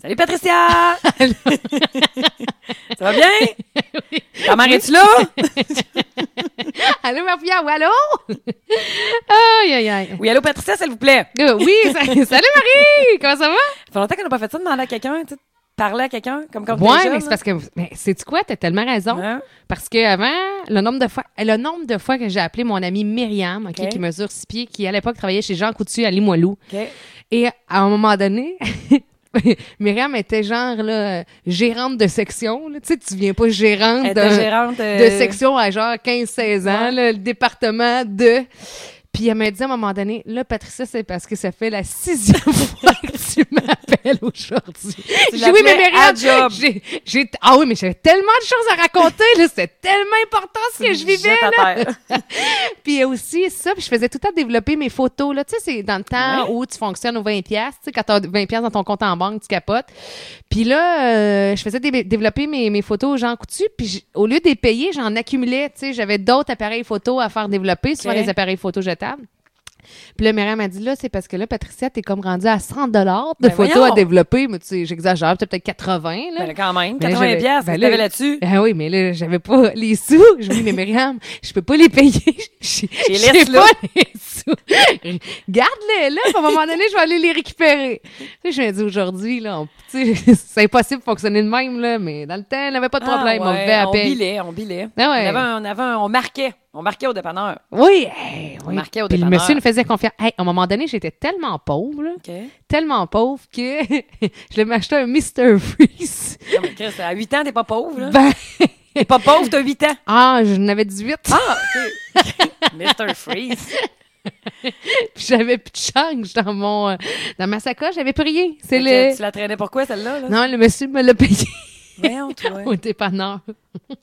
Salut Patricia! ça va bien? Ta mère est-tu là? allô, ma fille, allô? aïe, aïe, aïe. Oui, allô Patricia, s'il vous plaît. Euh, oui, ça- salut Marie! Comment ça va? Ça fait longtemps qu'on n'a pas fait ça, demander à quelqu'un, tu sais, parler à quelqu'un, comme quand on était Ouais, jeune, mais c'est là. parce que. Mais c'est-tu quoi? T'as tellement raison. Hein? Parce que avant, le nombre de fois, le nombre de fois que j'ai appelé mon amie Myriam, ok, Ok. qui mesure six pieds, qui à l'époque travaillait chez Jean Coutu à Limoilou. OK. Et à un moment donné, Myriam était genre là, gérante de section. là. Tu sais, tu viens pas gérante Elle d'un- était gérante. euh, de section à genre 15-16 ans, Ouais. là, le département de. Puis elle m'a dit à un moment donné, là, Patricia, c'est parce que ça fait la sixième fois que tu m'appelles aujourd'hui. J'ai dit, oui, mais l'appelais Myriam, à job. j'ai- j'ai. Ah oui, mais j'avais tellement de choses à raconter, là, c'était tellement important ce que je vivais. Jette à terre. Puis aussi, ça, puis je faisais tout le temps développer mes photos. Là. Tu sais, c'est dans le temps Ouais. où tu fonctionnes aux 20$. Tu sais, quand t'as 20$ dans ton compte en banque, tu capotes. Puis là, euh, je faisais dé- développer mes, mes photos aux gens coutus. Puis j- au lieu de les payer, j'en accumulais. Tu sais, j'avais d'autres appareils photo à faire développer, souvent Ok. des appareils photo jetables. Puis là, Myriam m'a dit, là, c'est parce que là, Patricia, t'es comme rendue à 100 de Ben photos voyons. à développer. Mais tu sais, j'exagère, peut-être 80, là. Ben, quand même, Mais 80 j'avais- piastres, ben qu'est-ce que là, t'avais là-dessus. Ah oui, mais là, j'avais pas les sous. Je me dis, mais Myriam, je peux pas les payer. Je les j'ai laisse là. pas les sous. Garde-les là, puis à un moment donné, je vais aller les récupérer. Tu sais, je me dis aujourd'hui, là, on- tu sais, c'est impossible de fonctionner de même, là, mais dans le temps, on n'avait pas de problème. Ah, on ouais, vivait à on peine. bilait, on bilait. Ah ouais. On, avait un- on, avait un- on marquait, on marquait au dépanneur. Oui, hey, oui. marquait au Puis le dépanneur. monsieur nous faisait confiance. Hey, à un moment donné, j'étais tellement pauvre, là, OK. tellement pauvre que je l'ai acheté un Mr. Freeze. Non, mais Chris, à 8 ans, t'es pas pauvre, là. Ben, T'es pas pauvre, t'as 8 ans. ah, je n'avais 18. Ah, OK. Mr. Freeze. Puis j'avais plus de change dans mon euh, dans ma sacoche, j'avais prié. C'est Fait que Tu le la traînais pourquoi, celle-là? là? Non, le monsieur me l'a payé Voyons, toi. au dépanneur.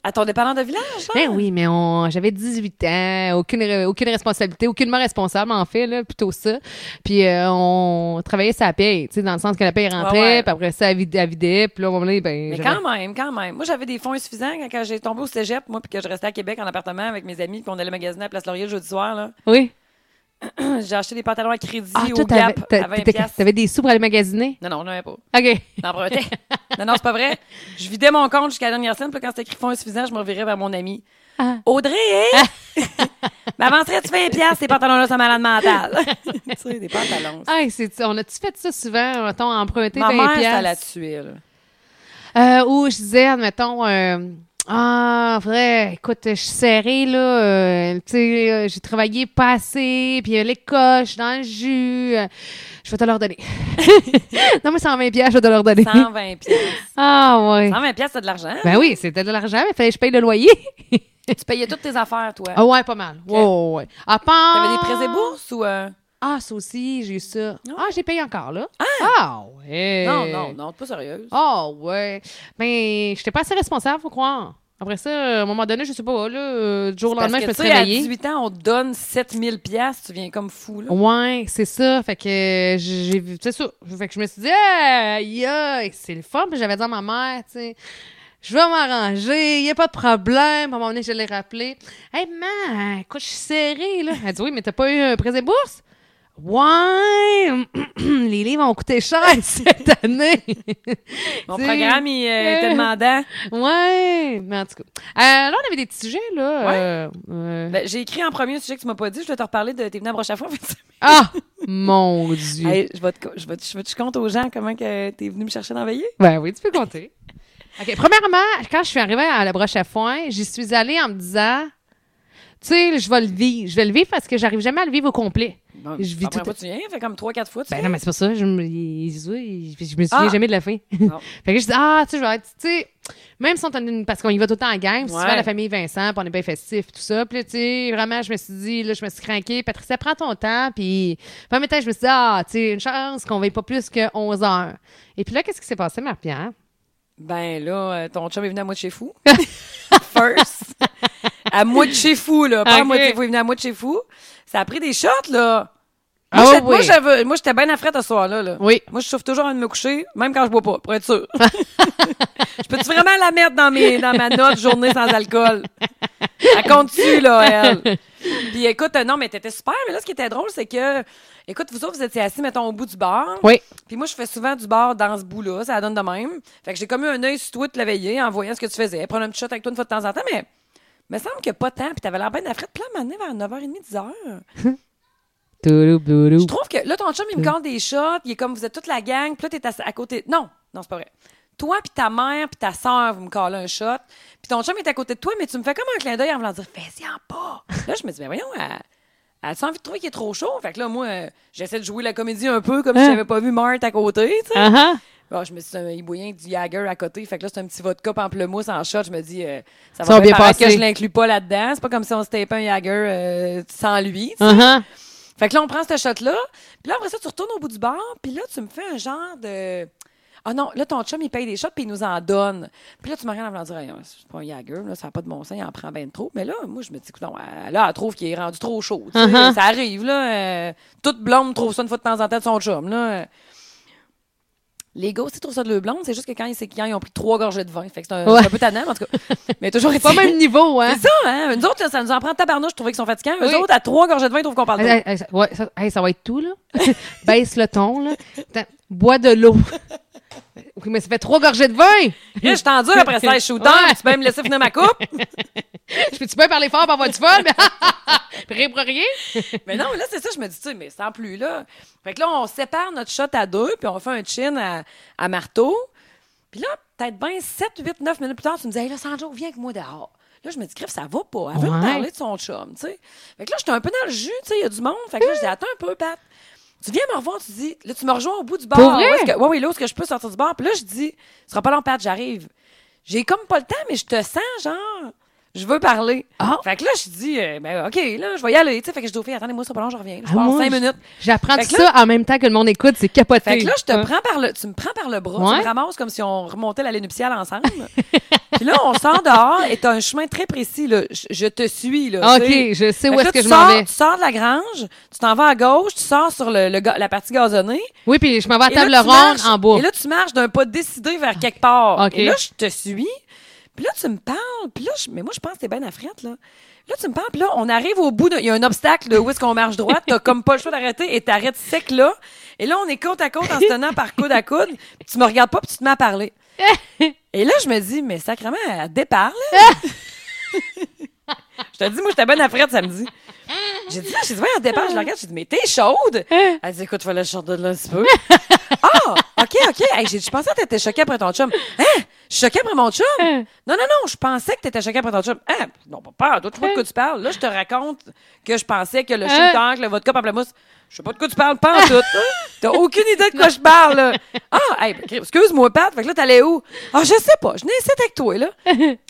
À ton dépanneur de village, hein? Ben oui, mais on j'avais 18 ans, aucune re- aucune responsabilité, aucunement responsable en fait là, plutôt ça. Puis euh, on travaillait sa paye, tu sais dans le sens que la paye rentrait, Ouais, ouais. puis après ça elle vidait, elle vidait, puis là on ben Mais j'avais- quand même, quand même. Moi, j'avais des fonds insuffisants quand, quand j'ai tombé au cégep, moi, puis que je restais à Québec en appartement avec mes amis, puis on allait magasiner à Place Laurier le jeudi soir. Là. Oui. J'ai acheté des pantalons à crédit Ah au toi t'avais- Gap à t'a- 20 t'étais- piastres. t'avais des sous pour aller magasiner. Non, non, on n'avait pas. OK. J'en empruntais. non, non, c'est pas vrai. Je vidais mon compte jusqu'à la dernière scène, puis quand c'était écrit fonds insuffisants, je me revirais vers mon ami. Ah. Audrey, hein? M'avancerais-tu 20 piastres, ces pantalons-là sont malades mentales? tu sais, des pantalons. Ah, c'est on a-tu fait ça souvent, mettons emprunté Ma 20 mère, ça piastres? l'a tué, là. Euh, où je disais, admettons, euh, ah, vrai, écoute, je suis serrée, là, euh, tu sais, euh, j'ai travaillé pas assez, puis euh, l'école, je suis dans le jus, euh, je vais te leur donner. non, mais 120 pièces, je vais te leur donner. 120 piastres. Ah, ouais. 120 piastres, c'est de l'argent. Ben oui, c'était de l'argent, mais fallait que je paye le loyer. Tu payais toutes tes affaires, toi. Ah ouais, pas mal. Ouais, ouais, ouais. À part... T'avais des prêts et bourses ou... euh, Ah, ça aussi, j'ai eu ça. Non. Ah, j'ai payé encore, là. Ah! ouais. Non, non, non, t'es pas sérieuse. Ah ouais. Ben, j'étais pas assez responsable, faut croire. Après ça, à un moment donné, je sais pas, là, euh, du jour au Parce lendemain, que, je me suis tu sais, À réveillée. 18 ans, on te donne 7000 pièces, tu viens comme fou là. Ouais, c'est ça. Fait que euh, j'ai vu, c'est ça. Fait que je me suis dit, aïe, aïe, c'est le fun. Puis j'avais dit à ma mère, tu sais, je vais m'arranger, il a pas de problème. À un moment donné, je l'ai rappelé. Hey, maman, écoute, je suis serrée, là. Elle dit, oui, mais t'as pas eu un prêt et bourse? Ouais, les livres ont coûté cher cette année. Mon Tu- programme, il euh, était demandant. Ouais, mais en tout cas. Euh, là, on avait des petits sujets, là. Ouais. euh, euh, Ben, j'ai écrit en premier un sujet que tu m'as pas dit, je vais te reparler de t'es venu à broche à foin. en fait. Ah! Mon Dieu! Hey, je vais te, co- je vais te- je vais te- je compte aux gens comment que t'es venu me chercher d'envoyer. Ben oui, tu peux compter. OK, premièrement, quand je suis arrivée à la broche à foin, j'y suis allée en me disant, tu sais, je vais le vivre. Je vais le vivre parce que j'arrive jamais à le vivre au complet. Bon, Je vis la première tout- fois, tu viens, fait comme 3-4 fois. Tu Ben viens. non, mais c'est pas ça. Je me, il- il- je me souviens Ah! jamais de la fin. Non. fait que je dis, ah, tu sais, je vais être, tu sais, même si on est en une- parce qu'on y va tout le temps en gang, puis Ouais. souvent la famille Vincent, puis on est bien festif, tout ça. Puis là, tu sais, vraiment, je me suis dit, là, je me suis craquée. Patricia, prends ton temps, puis en même temps, je me suis dit, ah, tu sais, une chance qu'on veille pas plus que 11 heures. Et puis là, qu'est-ce qui s'est passé, Marc-Pierre? Ben là, euh, ton chum est venu à moi de chez fou. First. À moi de chez fou, là. Pas à Ok. moi de chez fou, il est venu à moi de chez fou. Ça a pris des shots, là. Ah Moi, j'étais- oui. moi, j'avais- moi, j'étais bien à frette ce soir-là. Là. Oui. Moi, je chauffe toujours avant de me coucher, même quand je bois pas, pour être sûr. je peux-tu vraiment la mettre dans, mes, dans ma note journée sans alcool? Elle compte-tu, là, elle? Puis écoute, euh, non, mais t'étais super. Mais là, ce qui était drôle, c'est que Écoute, vous autres, vous étiez assis, mettons, au bout du bar. Oui. Puis moi, je fais souvent du bar dans ce bout-là. Ça donne de même. Fait que j'ai comme eu un œil sur toi de la veillée en voyant ce que tu faisais. Prendre un petit shot avec toi une fois de temps en temps, mais me semble qu'il n'y a pas tant. Puis t'avais l'air bien d'affrette. Puis là, à un moment donné, vers 9h30, 10h. Toulou, boulou. Je trouve que là, ton chum, il me Mm. compte des shots. Il est comme vous êtes toute la gang. Puis là, t'es à, à côté. Non, non, c'est pas vrai. Toi, puis ta mère, puis ta sœur, vous me collez un shot. Puis ton chum est à côté de toi, mais tu me fais comme un clin d'œil en voulant dire fais-y en pas. Là, je me dis, mais voyons, elle, elle a envie de trouver qu'il est trop chaud. Fait que là, moi, euh, j'essaie de jouer la comédie un peu comme si Hein? j'avais pas vu Marthe à côté, tu sais. Ah ah. Bon, je me suis dit, il bouillait du Jagger à côté. Fait que là, c'est un petit vodka pamplemousse en shot. Je me dis, euh, ça Ça va va bien bien paraître que passer. je l'inclus pas là-dedans. C'est pas comme si on se tapait un Jagger euh, sans lui, tu sais. Ah ah. Fait que là, on prend ce shot-là. Puis là, après ça, tu retournes au bout du bar. Puis là, tu me fais un genre de. Ah non, là, ton chum, il paye des shots, puis il nous en donne. Puis là, tu me regardes en voulant dire, Hey, c'est pas un Jagger, là, ça n'a pas de bon sens, il en prend bien trop. Mais là, moi, je me dis, non, euh, là, elle trouve qu'il est rendu trop chaud. tu sais. Uh-huh. Ça arrive, là. euh, toute blonde trouve ça une fois de temps en temps de son chum, là. Les gars aussi trouvent ça de le blonde, c'est juste que quand ils, c'est quand ils ont pris trois gorgées de vin. Fait que c'est un, Ouais. c'est un peu tannant, mais en tout cas. Mais toujours Pas est-il- même niveau, hein? C'est ça, hein? Nous autres, là, ça nous en prend tabarnouche, je trouvais qu'ils sont fatigants. Eux Oui. autres, à trois gorgées de vin, ils trouvent qu'on parle trop. Hey, hey, ça- Ah, ouais, ça, hey, ça va être tout, là. Baisse le ton, là. Attends, bois de l'eau. Oui, mais ça fait trois gorgées de vin! Là, je t'endure après 16 shooters, Ouais. tu peux même me laisser finir ma coupe. Je peux-tu bien parler fort pour avoir du fun? Mais rien pour rien? mais non, là, c'est ça, je me dis, tu sais, mais sans plus, là. Fait que là, on sépare notre shot à deux, puis on fait un chin à, à marteau. Puis là, peut-être bien 7, 8, 9 minutes plus tard, tu me dis, hey, là, Sandro, viens avec moi dehors. Là, je me dis, crève, ça va pas. Elle veut me Ouais. parler de son chum, tu sais. Fait que là, j'étais un peu dans le jus, tu sais, il y a du monde. Fait que là, je dis, attends un peu, Pat. Tu viens me revoir, tu dis, là, tu me rejoins au bout du bar. Pour vrai? Où est-ce que- ouais, oui, là, où est-ce que je peux sortir du bar? Puis là, je dis, ce sera pas long, Pat, j'arrive. J'ai comme pas le temps, mais je te sens, genre, je veux parler. Ah. Fait que là, je dis, euh, ben, OK, là, je vais y aller, tu sais. Fait que je dis aux filles, attendez-moi, ça pas long, je reviens. Je Ah, pars moi, cinq je- minutes. J'apprends Fait tout que là- ça en même temps que le monde écoute, c'est capoté. Fait que là, je te Ah. prends par le, tu me prends par le bras, tu Ouais. me ramasses comme si on remontait l'allée nuptiale ensemble. Puis là, on sort dehors et t'as un chemin très précis, là. Je, je te suis, là. Ah, tu sais. OK, je sais Fait où que est-ce là, que tu je m'en sors- vais. Tu sors de la grange, tu t'en vas à gauche, tu sors sur le, le ga- la partie gazonnée. Oui, puis je m'en vais à Et là, table tu ronde marches- en bois. Et là, tu marches d'un pas décidé vers quelque part. Ok. Et là, je te suis. Puis là, tu me parles. Puis là, je- mais moi, je pense que c'est bien à frette, là. Là, tu me parles. Puis là, on arrive au bout. de- Il y a un obstacle de où est-ce qu'on marche droite. T'as comme pas le choix d'arrêter et t'arrêtes sec là. Et là, on est côte à côte en se tenant par coude à coude. Puis tu me regardes pas puis tu te mets à parler. Et là, je me dis, mais sacrément, elle déparle. je te dis, moi, j'étais bonne à frette samedi. J'ai dit, là, j'ai dit, ouais, elle déparle. Je la regarde. J'ai dit, mais t'es chaude. Elle dit, écoute, fallait que je sorte de là un petit peu. Ah, OK, OK. Hey, j'ai dit, je pensais que t'étais choquée après ton chum. Hein? Je suis choquée après mon chum? Non, non, non, je pensais que t'étais choquée après ton chum. Hein? Non, pas peur. Toi, tu sais pas de quoi tu parles. Là, je te raconte que je pensais que le Hein? shooter, que le vodka pamplemousse, je sais pas de quoi tu parles, pas en tout. T'as aucune idée de quoi je parle, là. Ah, hey, ben, excuse-moi, Pat. Fait que là, t'allais où? Ah, je sais pas. Je n'ai ici avec toi, là.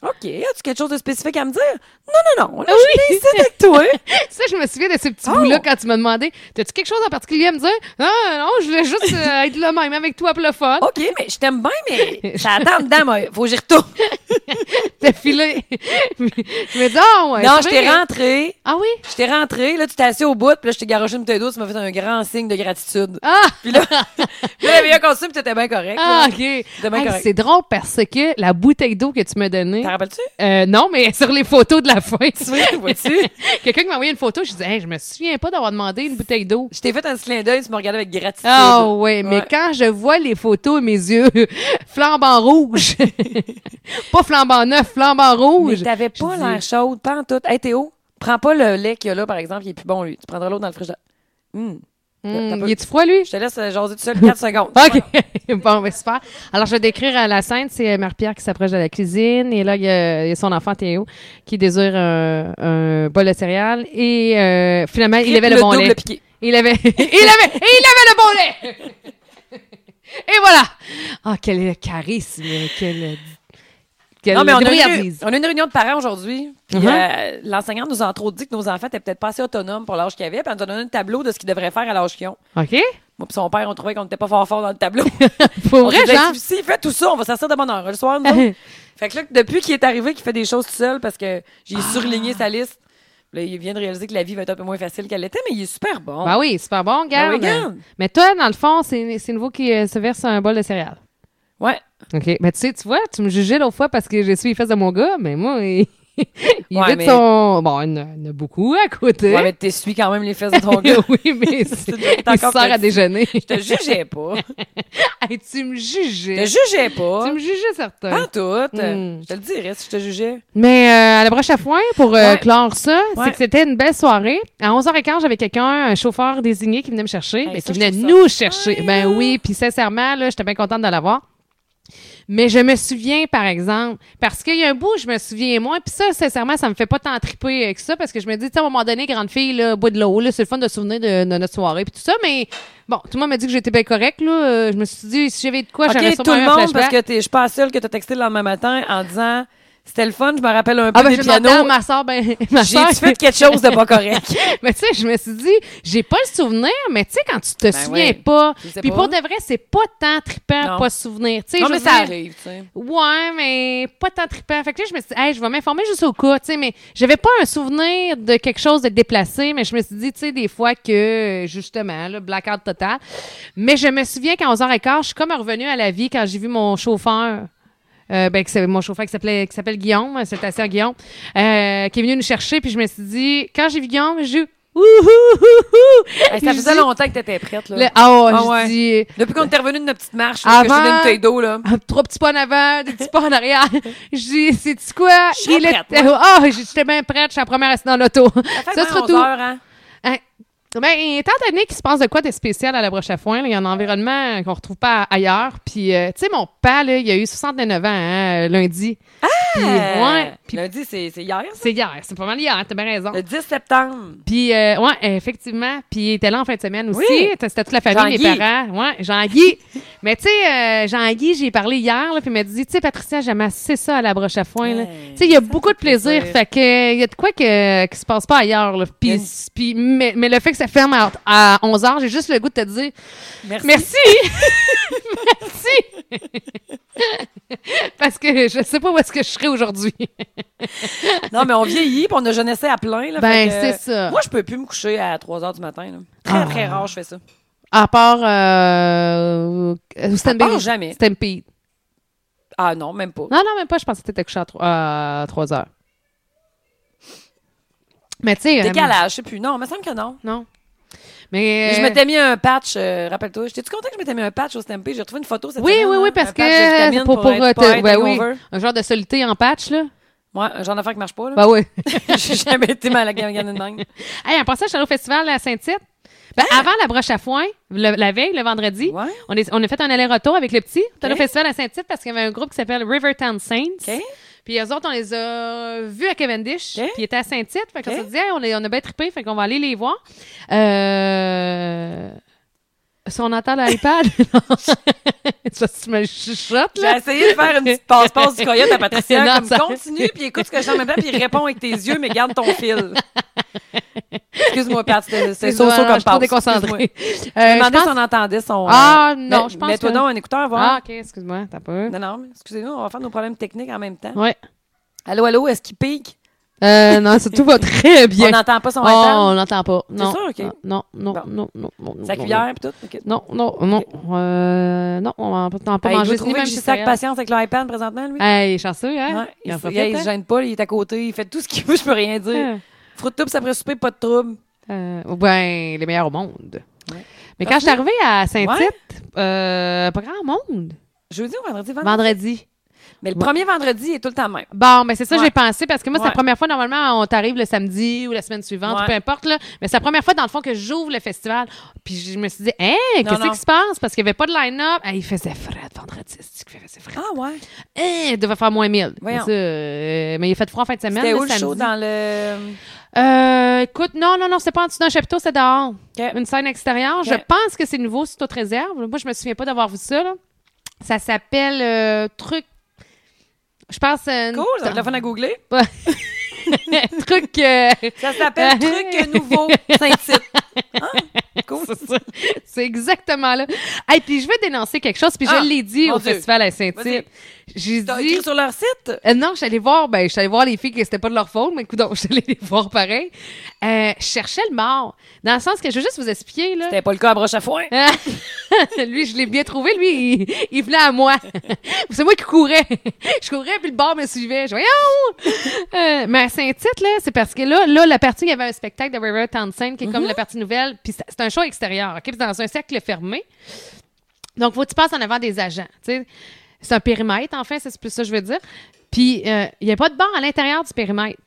OK. As-tu quelque chose de spécifique à me dire? Non, non, non. Là, je n'ai ici avec toi. Ça, je me souviens de ces petits Oh! bouts-là quand tu m'as demandé T'as-tu quelque chose en particulier à me dire Non, non, je voulais juste euh, être le même avec toi pour le fun. OK, mais je t'aime bien, mais ça attend dedans, moi. Faut que j'y retourne. T'as filé. Mais non, ah, ouais, non, c'est je t'ai vrai. rentré. Ah oui Je t'ai rentré, là, tu t'es assis au bout, puis là, je t'ai garoché une bouteille d'eau, tu m'as fait un grand signe de gratitude. Ah Puis là, puis là, il bien consommé, puis t'étais bien correct. là. Ah, OK. Hey, Demain, correct. c'est drôle parce que la bouteille d'eau que tu m'as donnée, T'en rappelles-tu? euh, non, mais sur les photos de la fin, C'est vrai, vois-tu? quelqu'un qui m'a envoyé une photo, je disais, hey, je me souviens pas d'avoir demandé une bouteille d'eau. Je t'ai fait un petit clin d'œil, tu m'as regardé avec gratitude. Ah ouais, mais Ouais. quand je vois les photos, mes yeux flambant rouge, pas flambant neuf, flambant Mais rouge. t'avais pas dis- l'air chaude, pas en tout. Hey, Théo, prends pas le lait qu'il y a là, par exemple, il est plus bon, lui. Tu prendras l'autre dans le frigidaire. Hum. Hmm, T'as pas- il est-tu froid, lui? Je te laisse euh, jaser tout seul 4 secondes. OK. bon, ben, super. Alors, je vais décrire euh, la scène. C'est euh, Marie-Pierre qui s'approche de la cuisine. Et là, il y a, il y a son enfant, Théo, qui désire un, un bol de céréales. Et euh, finalement, il avait le bon double lait. piqué. Il avait, il avait, et il avait le bon lait! et voilà! Ah, quel charisme, quel, euh, quel Non, mais on a, eu, débrouillardise. on a eu une réunion de parents aujourd'hui. Puis Mhm. euh, l'enseignante nous a trop dit que nos enfants étaient peut-être pas assez autonomes pour l'âge qu'ils avaient. Puis elle nous a donné un tableau de ce qu'ils devraient faire à l'âge qu'ils ont. OK? Moi, puis son père, on trouvait qu'on n'était pas fort fort dans le tableau. Pour On vrai, disait, genre. Si- S'il fait tout ça, on va sortir de bonne heure le soir. nous autres. fait que là, depuis qu'il est arrivé, qu'il fait des choses tout seul parce que j'ai Ah. surligné sa liste. Là, il vient de réaliser que la vie va être un peu moins facile qu'elle l'était, mais il est super bon. Ben oui, super bon, Ben oui, garde. Mais toi, dans le fond, c'est c'est nouveau qui euh, se verse un bol de céréales. Ouais. Ben, OK. Mais tu sais, tu vois, tu me jugeais l'autre fois parce que j'ai su les fesses de mon gars, mais moi, il- il Ouais, vide mais- son... Bon, il y en a- il y en a beaucoup à côté. Ouais, mais t'essuies quand même les fesses de ton gars. oui, mais c'est- Tu dois être il se encore sert à petit. déjeuner. Je te jugeais pas. Hey, tu me Je te Ah, jugeais. jugeais Tu pas. me jugeais, certain. Pas tout. Mm. Je te le dirais si je te jugeais. Mais euh, à la broche à foin, pour euh, Ouais. clore ça, c'est Ouais. que c'était une belle soirée. À 11h15, j'avais quelqu'un, un chauffeur désigné qui venait me chercher, ben, ça, qui je venait trouve ça nous chercher. fin, Ben hein. oui, puis sincèrement, là, j'étais bien contente de l'avoir. Mais je me souviens, par exemple, parce qu'il y a un bout, je me souviens moins. Puis ça, sincèrement, ça me fait pas tant triper avec ça, parce que je me dis, tu sais, à un moment donné, grande fille, là, bois de l'eau, là, c'est le fun de se souvenir de, de notre soirée, puis tout ça. Mais bon, tout le monde m'a dit que j'étais bien correcte, là. Euh, Je me suis dit, si Ah, j'avais de quoi, OK, j'aurais sûrement tout le eu un monde, flashback. parce que t'es- je suis pas la seule que t'as texté le lendemain matin en disant c'était le fun, je me rappelle un peu Ah ben, des je m'entends, pianos. ma soeur, ben, ma soeur, J'ai-tu fait quelque chose de pas correct? Mais tu sais, je me suis dit, j'ai pas le souvenir, mais tu sais, quand tu te souviens Ben ouais, pas. tu sais Puis pas. pour de vrai, c'est pas tant trippant, Non. pas se souvenir. Tu sais, non, je mais veux ça dire, arrive, tu sais. Ouais, mais pas tant trippant. Fait que là, je me suis dit, hey, je vais m'informer juste au cas, tu sais, mais j'avais pas un souvenir de quelque chose de déplacé, mais je me suis dit, tu sais, des fois que, euh, justement, là, blackout total. Mais je me souviens qu'à 11h15, je suis comme revenue à la vie quand j'ai vu mon chauffeur. Euh, ben, que c'est mon chauffeur qui s'appelait qui s'appelle Guillaume, c'est assez à Guillaume, euh, qui est venu nous chercher, puis je me suis dit, quand j'ai vu Guillaume, j'ai eu, ouh, ouh, ouh, ouh. Hey, ça faisait J'ai- longtemps que t'étais prête, là. Le- ah, ouais, Ah j'ai ouais. dit, Depuis qu'on est revenu de notre petite marche, là, que je te Avant- donne une bouteille d'eau, là. un- Ah, trois petits pas en avant, des petits pas en arrière. Je dis, c'est-tu quoi? Je suis prête, était- Ah, j'ai- j'étais bien prête, je suis la première restée dans l'auto. Ça fait Ça quand sera 11 tout. heures, hein? Hein, Ben, étant donné qu'il se passe de quoi de spécial à la broche à foin, là, il y a un environnement qu'on retrouve pas ailleurs. Puis, euh, tu sais, mon père, là, il a eu 69 ans hein, lundi. Ah! ouais, puis Euh, Lundi, c'est c'est hier, ça? c'est hier, c'est pas mal hier, t'as bien raison. Le 10 septembre. Puis, euh, ouais, effectivement. Puis, il était là en fin de semaine aussi. Oui. T- C'était toute la famille, mes Jean-Guy. parents. Ouais, Jean-Guy. Mais, tu sais, euh, Jean-Guy, j'ai parlé hier, là, puis il m'a dit, tu sais, Patricia, j'aime assez ça à la broche à foin, là. Hey, tu sais, il y a ça beaucoup de fait plaisir. plaisir. Fait que, il y a de quoi que, qui se passe pas ailleurs, là. Il y a Puis, une- puis- mais, mais le fait que ça ferme à, à 11 h j'ai juste le goût de te dire, Merci. merci! merci! Parce que je sais pas où est-ce que je serai aujourd'hui. Non, mais on vieillit, puis on a jeunessé à plein, là. Ben, fait que- c'est ça. Moi, je peux plus me coucher à 3 heures du matin, là. Très, Ah. très rare, je fais ça. À part, euh, euh, Stampede. part jamais. Stampede. Ah non, même pas. Non, non, même pas. Je pensais que t'étais couché à 3, heures. Mais tu sais. euh, Décalage, je sais plus. Non, il me semble que non. Non. Mais. Je m'étais mis un patch, euh, rappelle-toi. J'étais-tu content que je m'étais mis un patch au Stampé? J'ai retrouvé une photo cette Oui, semaine, oui, là, oui, parce hein. un patch de que. vitamine pour, pour, être- euh, pour te- être ben oui, hangover. un genre de solité en patch, là. Ouais, un genre d'affaire qui marche pas, là. Ben oui. J'ai jamais été mal à la gamme de même. hey, en passant, je suis allée au festival à Saint-Tite. Ben, Hein? avant la broche à foin, le- la veille, le vendredi, Ouais. on, est, on a fait un aller-retour avec le petit. On est allé au Ok. festival à Saint-Tite parce qu'il y avait un groupe qui s'appelle Rivertown Saints. OK? Puis eux autres, on les a vus à Cavendish. Ok. Puis ils étaient à Saint-Tite. Fait qu'on Ok. s'est dit, Hey, on, est, on a bien trippé, fait qu'on va aller les voir. Euh... Si on entend l'iPad, non. C'est parce que tu me chuchotes, J'ai là. essayé de faire une petite passe-passe du coyote à Patricia. Non, comme ça- continue, puis écoute ce que je dis en même temps, puis réponds avec tes yeux, mais garde ton fil. Excuse-moi, Pat, c'est c'est so-so Non, non, comme je suis trop passe. déconcentrée. Excuse-moi. Euh, Je me je demandais pense- si on entendait son. Ah, euh, non, mais- je pense Mets-toi que- donc un écouteur, Ah, voir. OK, excuse-moi, t'as peur. Non, non, mais excusez-nous, on va faire nos problèmes techniques en même temps. Ouais. Allô, allô, est-ce qu'il pique? Euh, non, ça, tout va très bien. On n'entend pas son Oh, iPad? on l'entend pas. Non. sûr, OK. Ah, Non, non, Bon. non, non, non, non. Sa non, cuillère, puis tout. OK. Ah, Non, non, non. Euh, non, on va pas Hey, manger vous ce ni trouvez même que j'ai si sac c'est- patience avec l'iPad présentement, lui? Hey, chanceux, hein? Ouais, il, en se- profite, il hein? se gêne pas, il est à côté, il fait tout ce qu'il veut, je peux rien dire. Ah. Froute tout, puis après souper, pas de trouble. Euh, ben, les meilleurs au monde. Ouais. Mais quand je suis arrivée à Saint-Tite, Ouais. Ah. euh, pas grand monde. Jeudi ou vendredi? Vendredi. Vendredi. Mais le premier vendredi est tout le temps même. Bon, mais c'est ça, Ouais. j'ai pensé, parce que moi, c'est la Ouais. première fois, normalement, on t'arrive le samedi ou la semaine suivante, Ouais. peu importe, là. Mais c'est la première fois, dans le fond, que j'ouvre le festival. Puis je me suis dit, hein, qu'est-ce non. qui se passe? Parce qu'il n'y avait pas de line-up. Ah, il faisait frais de vendredi. C'est-tu qu'il faisait frais? Ah ouais? Hein, il devait faire moins 1000. Mais, Voyons. ça, euh, mais il a fait froid en fin de semaine. C'était le où le show samedi. dans le. Euh, écoute, non, non, non, c'est pas en dessous d'un chapiteau, c'est dehors. Ok. Une scène extérieure. Je Ok. pense que c'est nouveau sur toute réserve. Moi, je me souviens pas d'avoir vu ça. là. Ça s'appelle euh, truc. Je pense. euh, une- Cool, ça va être le fun à googler. truc. euh, Ça s'appelle Truc Nouveau Saint-Tite. Ah, cool. C'est ça. C'est exactement là. Hey, puis je veux dénoncer quelque chose, puis Ah, je l'ai dit mon au Dieu. festival à Saint-Tite. Vas-y. J'ai T'as dit écrit sur leur site? Euh, non, j'allais voir, ben, j'allais voir les filles que c'était pas de leur faute, mais écoute, j'allais les voir pareil. Euh, je cherchais le mort. Dans le sens que je veux juste vous expliquer, là. C'était pas le cas à broche à foin. Ah! lui, je l'ai bien trouvé. Lui, il, il venait à moi. C'est moi qui courais. Je courais, puis le bar me suivait. Je voyons! Euh, mais à Saint-Tite, là, c'est parce que là, là, la partie, il y avait un spectacle de River Townsend, qui est comme la partie nouvelle, puis c'est c'est un show extérieur, OK? Puis c'est dans un cercle fermé. Donc, faut que tu passes en avant des agents, tu sais. C'est un périmètre, enfin, c'est plus ça que je veux dire. Puis, euh, il n'y a pas de bar à l'intérieur du périmètre.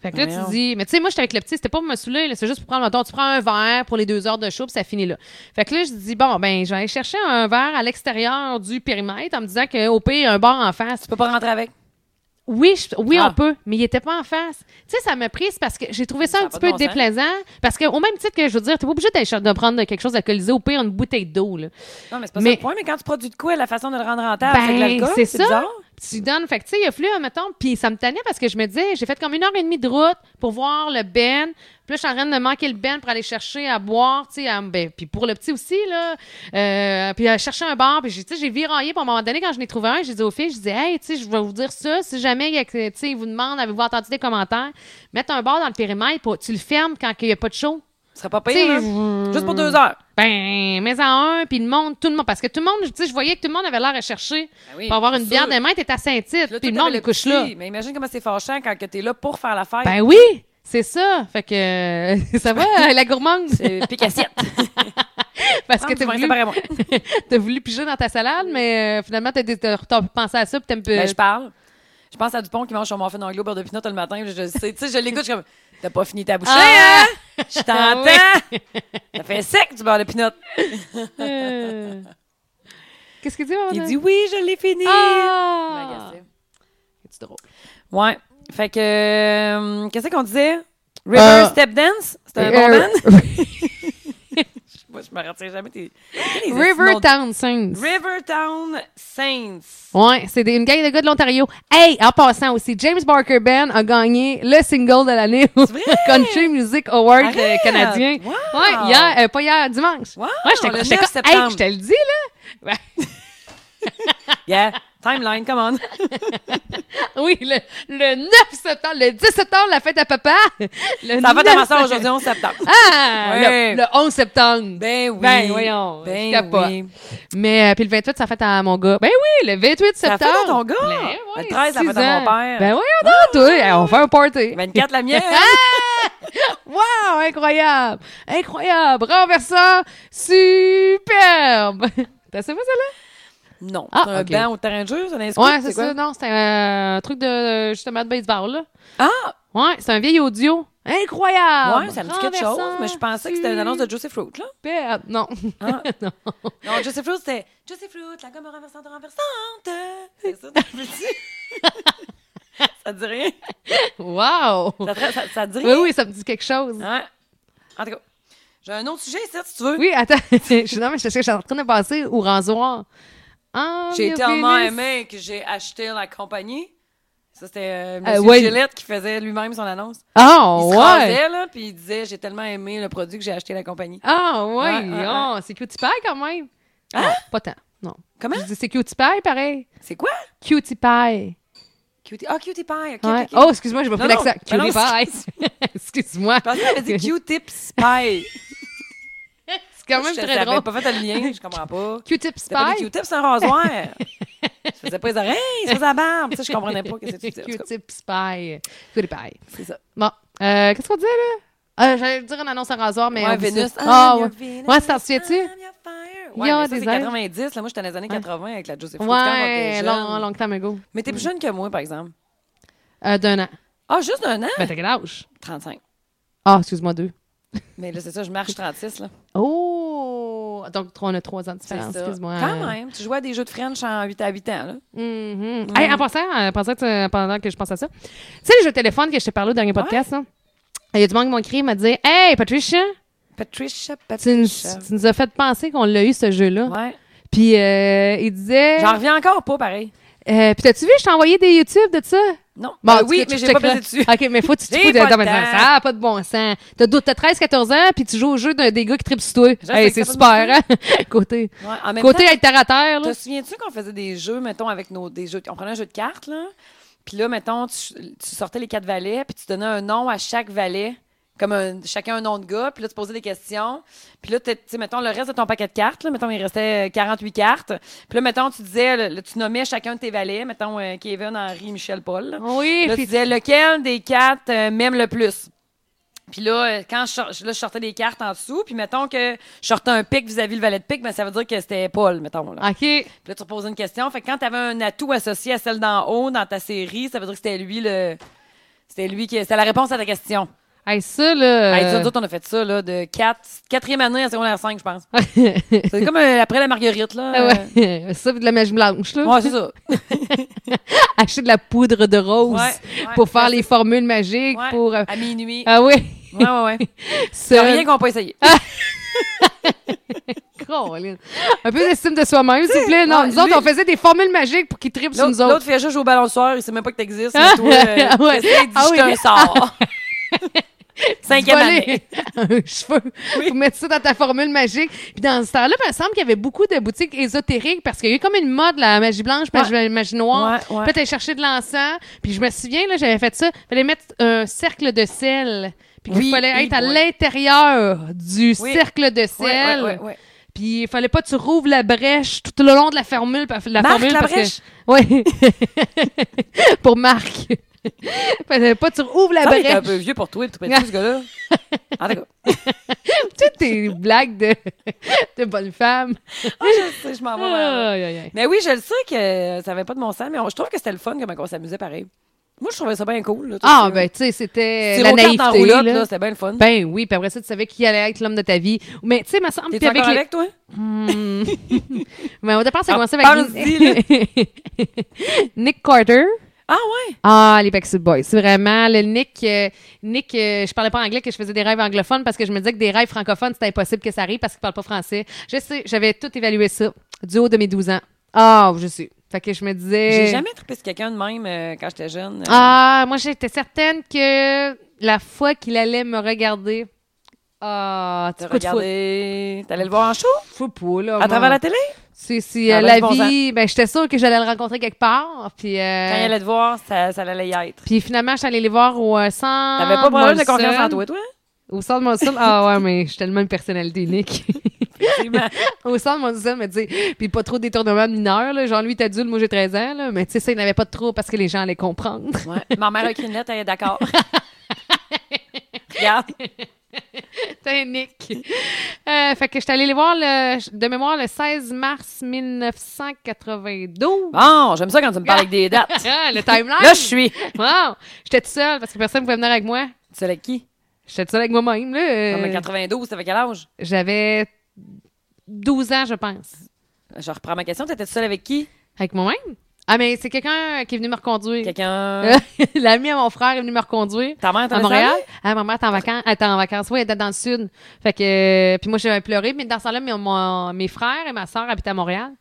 Fait que là, Voyons. tu dis, mais tu sais, moi, j'étais avec le petit, c'était pas pour me saouler, là, c'est juste pour prendre, mettons, tu prends un verre pour les deux heures de show, puis ça finit là. Fait que là, je dis, bon, ben, je vais aller chercher un verre à l'extérieur du périmètre en me disant qu'au pire, il y a un bar en face. Tu peux pas rentrer avec. Oui, je- oui Ah. on peut, mais il était pas en face. Tu sais, ça m'a prise parce que j'ai trouvé ça, Ça un a petit pas peu de bon sens. déplaisant. Parce que, au même titre que je veux dire, t'es pas obligé d'aller cher- de prendre quelque chose d'alcoolisé, au pire, une bouteille d'eau, là. Non, mais c'est pas Mais- ça le point, mais quand tu produis de quoi, la façon de le rendre rentable, c'est que Ben, l'alcool, c'est c'est ça. bizarre. Tu donnes, fait que tu sais, il a fallu, mettons, puis ça me tannait parce que je me disais, j'ai fait comme une heure et demie de route pour voir le Ben. Puis là, je suis en train de manquer le Ben pour aller chercher à boire, tu sais, à- ben, puis pour le petit aussi, là. Euh, puis à chercher un bar, puis j'ai- tu sais, j'ai viraillé. Puis à un moment donné, quand je n'ai trouvé un, j'ai dit aux filles, je dis, hey, tu sais, je vais vous dire ça. Si jamais, il y a que- tu sais, ils vous demandent, avez-vous entendu des commentaires, mettre un bar dans le périmètre, pour, tu le fermes quand il n'y a pas de chaud. Ce serait pas Tu sais, pire, hein? Juste pour deux heures. ben, mais en un, puis le monde, tout le monde. Parce que tout le monde, tu sais, je voyais que tout le monde avait l'air à chercher. Ben oui, pour avoir c'est une bière sûr. des mains, t'es à Saint-Tite, Là, toi, puis le monde, t'avais il couche là. petit, Mais imagine comment c'est fâchant quand que t'es là pour faire la fête. Ben oui, c'est ça. Fait que, euh, ça va, euh, la gourmande? C'est pique assiette. Parce Prends que du t'as vin, voulu, séparément. t'as voulu piger dans ta salade, mais euh, finalement, t'as, des- t'as, t'as pensé à ça, puis t'aimes Ben, plus. je parle. Je pense à Dupont qui mange son morphine anglo au beurre de pinot le matin. Je le sais, tu sais, je l'écoute, je suis comme, t'as pas fini ta bouchée, Ah! hein? Je t'entends! Ça fait sec du beurre de pinot. Euh, Qu'est-ce qu'il dit, maman? Il dit, oui, je l'ai fini! Ah! C'est drôle. Ouais. Fait que, euh, qu'est-ce qu'on disait? River Euh, Step Dance? C'était un bon band? Euh, Moi, je me retiens jamais tes. tes River noms de- Town Saints. Rivertown Saints. Ouais, c'est des- une gang de gars de l'Ontario. Hey, en passant aussi, James Barker Band a gagné le single de l'année au vrai? Country Music Award euh, Arrête! canadien. Wow! Ouais, hier, euh, pas hier, dimanche. Wow, ouais, j'étais- le j'étais 9 comme, hey, septembre. je te le dis là. Yeah. Timeline, come on. Ben, oui, le, le 9 septembre, le 10 septembre, la fête à papa. Le Ça va 9 commencer septembre. aujourd'hui, 11 septembre. Ah, Ouais. le, le 11 septembre. Ben oui. Ben, voyons, je Ben capote. oui. Mais euh, puis le 28, ça fête à mon gars. Ben oui, le 28 Ça septembre. fête à ton gars. Ben ouais, Le 13, ça six fête à mon ans. père. Ben Ben oui, on a tout. Hey, On fait un party. 24, la mienne. Ah! Wow, incroyable! Incroyable! Renversant! Superbe! T'as ça, pas celle-là? Non. Ah, c'est un ok. banc au terrain de jeu, c'est un inscrit, Ouais, c'est quoi? ça. Non, c'était euh, un truc de, euh, justement, de baseball, là. Ah, Ouais, c'est un vieil audio. Incroyable! ouais, ça me dit quelque chose, mais je pensais que c'était une annonce de Joseph Fruit, là. Superbe! Non. Ah. non. Non, Joseph Fruit, c'était Joseph Fruit, la gomme renversante, renversante. C'est ça, tu le dis? Ça dit rien. Wow! Ça, te- ça- ça dit Oui, rien. oui, ça me dit quelque chose. Ouais. En tout cas, j'ai un autre sujet, ça, si tu veux. Oui, attends. je suis non, mais je je suis en train de passer au ransoir. Ah, J'ai le tellement pénis. aimé que j'ai acheté la compagnie. Ça, c'était euh, Ah, Monsieur ouais. Gillette qui faisait lui-même son annonce. Ah, Il se ouais! rasait, là, puis il disait J'ai tellement aimé le produit que j'ai acheté la compagnie. Ah, ouais! Ouais, ouais, Ah, c'est cutie pie quand même! Hein? Ah, pas tant, non. Comment Je dis, c'est cutie pie, pareil. C'est quoi Cutie pie. Cutie. Ah, Cutie Pie. ok, ok, Ouais. ok. Oh, excuse-moi, j'ai pas Non, pris l'accent. non, Cutie mais pie. excuse-moi. Je pensais qu'elle avait dit Q-Tips Pie. C'est quand même Je très savais drôle. pas fait le lien, je comprends pas. Q-tip C'était pas des pie. Q-Tips, c'est un rasoir. je faisais pas les oreilles, je faisais la barbe. Ça, je comprenais pas que c'était Q-Tips. En tout cas, Q-tip pie. Cutie pie. C'est ça. Bon, euh, qu'est-ce qu'on disait là? Euh, J'allais dire une annonce à rasoir, mais. Ouais, on dit Vénus. ça. Ah, I'm ouais. your Venus, Ouais, ça, t'en souviens-tu? I'm your fire. Ouais, Il y a mais ça, des c'est airs. 90. Là, moi, j'étais dans les années 80 avec la Joseph Fruit, quand on Ouais, était long, jeune. long time ago. Mais t'es plus jeune que moi, par exemple. Euh, D'un an. Ah, juste un an? Ben, t'as quel âge? 35. Ah, excuse-moi, deux. Mais là, c'est ça, je marche 36, là. Oh! Donc, on a trois ans de C'est différence, ça. excuse-moi. Quand même, tu jouais à des jeux de French en 8 à 8 ans, là. Mhm. Mm-hmm. Hey, en passant, euh, pendant que, pendant que je pense à ça, tu sais, le jeu de téléphone que je t'ai parlé au dernier podcast, là? il y a du monde qui m'a écrit, il m'a dit Hey, Patricia, Patricia, tu, nous- Patricia. tu nous as fait penser qu'on l'a eu ce jeu-là. Ouais. Puis euh, il disait J'en reviens encore pas, pareil. Euh, puis t'as-tu vu, je t'ai envoyé des YouTube de ça? Non. Bon, Euh, en tout oui, cas, tu mais j'ai pas checkeras. pesé dessus. OK, mais faut que tu euh, te J'ai fous de pas le non, mais temps. Ça n'a pas de bon sens. T'as dou- t'as 13-14 ans, puis tu joues au jeu d'un des gars qui tripe sur toi. Je Hey, sais c'est que ça a super, hein? Côté, Ouais, en même côté temps, être terre à terre, là. te souviens-tu qu'on faisait des jeux, mettons, avec nos des jeux, on prenait un jeu de cartes, là, puis là, mettons, tu, tu sortais les quatre valets, puis tu donnais un nom à chaque valet, comme un- chacun un nom de gars, puis là, tu posais des questions, puis là, t'es- tu sais, mettons, le reste de ton paquet de cartes, là, mettons, il restait euh, 48 cartes, puis là, mettons, tu disais, le- le- tu nommais chacun de tes valets, mettons, euh, Kevin, Henri, Michel, Paul, là. Oui, Là, tu puis disais lequel des quatre euh, m'aime le plus. Puis là, euh, quand je, sor- là, je sortais des cartes en dessous, puis mettons que je sortais un pic vis-à-vis le valet de pique, mais ça veut dire que c'était Paul, mettons. Là. OK. Puis là, tu reposes une question. Fait que quand tu avais un atout associé à celle d'en haut dans ta série, ça veut dire que c'était lui le. C'était lui qui. C'était la réponse à ta question. Hey, ça, là. Hey, tu sais, euh, nous autres, on a fait ça, là, de quatre, quatrième année à secondaire 5, je pense. C'est comme euh, après la marguerite, là. euh, Ah ouais. Ça, puis de la magie blanche, là. Ouais, c'est ça. Acheter de la poudre de rose Ouais, ouais. pour faire les formules magiques, Ouais, pour... euh, À minuit. Ah oui, Ouais, ouais, ouais. c'est C'est rien qu'on peut essayer. Un peu d'estime de soi-même, s'il vous plaît. Non, ouais, nous autres, lui- on faisait des formules magiques pour qu'ils trippent sur nous L'autre autres. l'autre fait juste jouer au ballon le soir, il sait même pas que t'existes. mais toi, euh, Ah ouais. t'essayes de Ah jeter oui. un sort. Cinquième année. voler un cheveu pour mettre ça dans ta formule magique. Puis dans ce temps-là, il me semble qu'il y avait beaucoup de boutiques ésotériques parce qu'il y a eu comme une mode, la magie blanche, puis la magie noire. Ouais, ouais. Puis t'allais chercher de l'encens. Puis je me souviens, là, j'avais fait ça. fallait mettre un cercle de sel. Puis qu'il Oui, fallait oui, être à oui. l'intérieur du Oui. cercle de Ouais, ouais, sel. ouais, ouais. Puis il fallait pas que tu rouvres la brèche tout le long de la formule. pa- La Marc, formule la parce que- brèche? Oui. Pour Marc. fallait pas que tu rouvres la Ah, mais t'es un brèche. peu vieux pour toi, tout petit, ce gars-là. En tout cas. Toutes tes blagues de, de bonne femme. Ah, je sais, je m'en vais. vers- Aïe, aïe, aïe. Mais oui, je le sais que ça avait pas de mon sens, mais on- je trouve que c'était le fun comment on s'amusait pareil. Moi, je trouvais ça bien cool. là, tout Ah, ça. ben, tu sais, c'était Tirer la aux cartes en naïveté. roulotte, là. là, c'était bien le fun. Ben oui, puis après ça, tu savais qui allait être l'homme de ta vie. Mais tu sais, ma semble. T'es Puis encore avec les- avec toi? Hmm. Mais au départ, ça a Ah, commencé avec Nick... Nick Carter. Ah ouais? Ah, les Backstreet Boys. C'est vraiment le Nick. euh, Nick, euh, je parlais pas anglais, que je faisais des rêves anglophones parce que je me disais que des rêves francophones, c'était impossible que ça arrive parce qu'ils parlent pas français. Je sais, j'avais tout évalué ça du haut de mes 12 ans. Ah, je sais. Fait que je me disais. J'ai jamais trippé sur quelqu'un de même euh, quand j'étais jeune. euh, Euh. Ah, moi, j'étais certaine que la fois qu'il allait me regarder. Ah, Te tu coup de foudre. regarder. T'allais le voir en show? Faut pas, là. À travers la la... télé? C'est, c'est, Ah, euh, ben, la du bon vie. Ben, j'étais sûre que j'allais le rencontrer quelque part. Puis, euh, Quand il allait te voir, ça, ça allait y être. puis finalement, je suis allée les voir au euh, centre. T'avais pas de problème de Molson. confiance en toi, toi? Au centre Monson. Ah, ouais, mais j'ai tellement une personnalité unique. Effectivement. au centre Monson, mais tu sais, puis pas trop de détournements mineurs, là. Genre, lui, t'as adulte, moi, j'ai 13 ans, là. Mais tu sais, ça, il n'avait pas de trop parce que les gens allaient comprendre. Ouais. Ma mère a écrit une lettre, elle est d'accord. Regarde. T'es Nick. Euh, fait que je suis allée les voir le- de mémoire le 16 mars 1992. Bon, j'aime ça quand tu me parles avec des dates. Ah, le timeline! Là, je suis. Tu Wow! J'étais toute seule parce que personne ne pouvait venir avec moi. sais avec qui? J'étais toute seule avec moi-même. là. Euh, Comme en 92, t'avais quel âge? J'avais 12 ans, je pense. Je reprends ma question. T'étais seule avec qui? Avec moi-même? Ah, mais c'est quelqu'un qui est venu me reconduire. Quelqu'un. Euh, L'ami à mon frère est venu me reconduire. Ta mère, t'en à laissais Montréal. aller? Ah, ma mère était en vacances. Elle était en vacances. Oui, elle était dans le sud. Fait que, euh, puis moi, j'avais pleuré. Mais dans ce temps-là, mes, mon- mes frères et ma soeur habitaient à Montréal.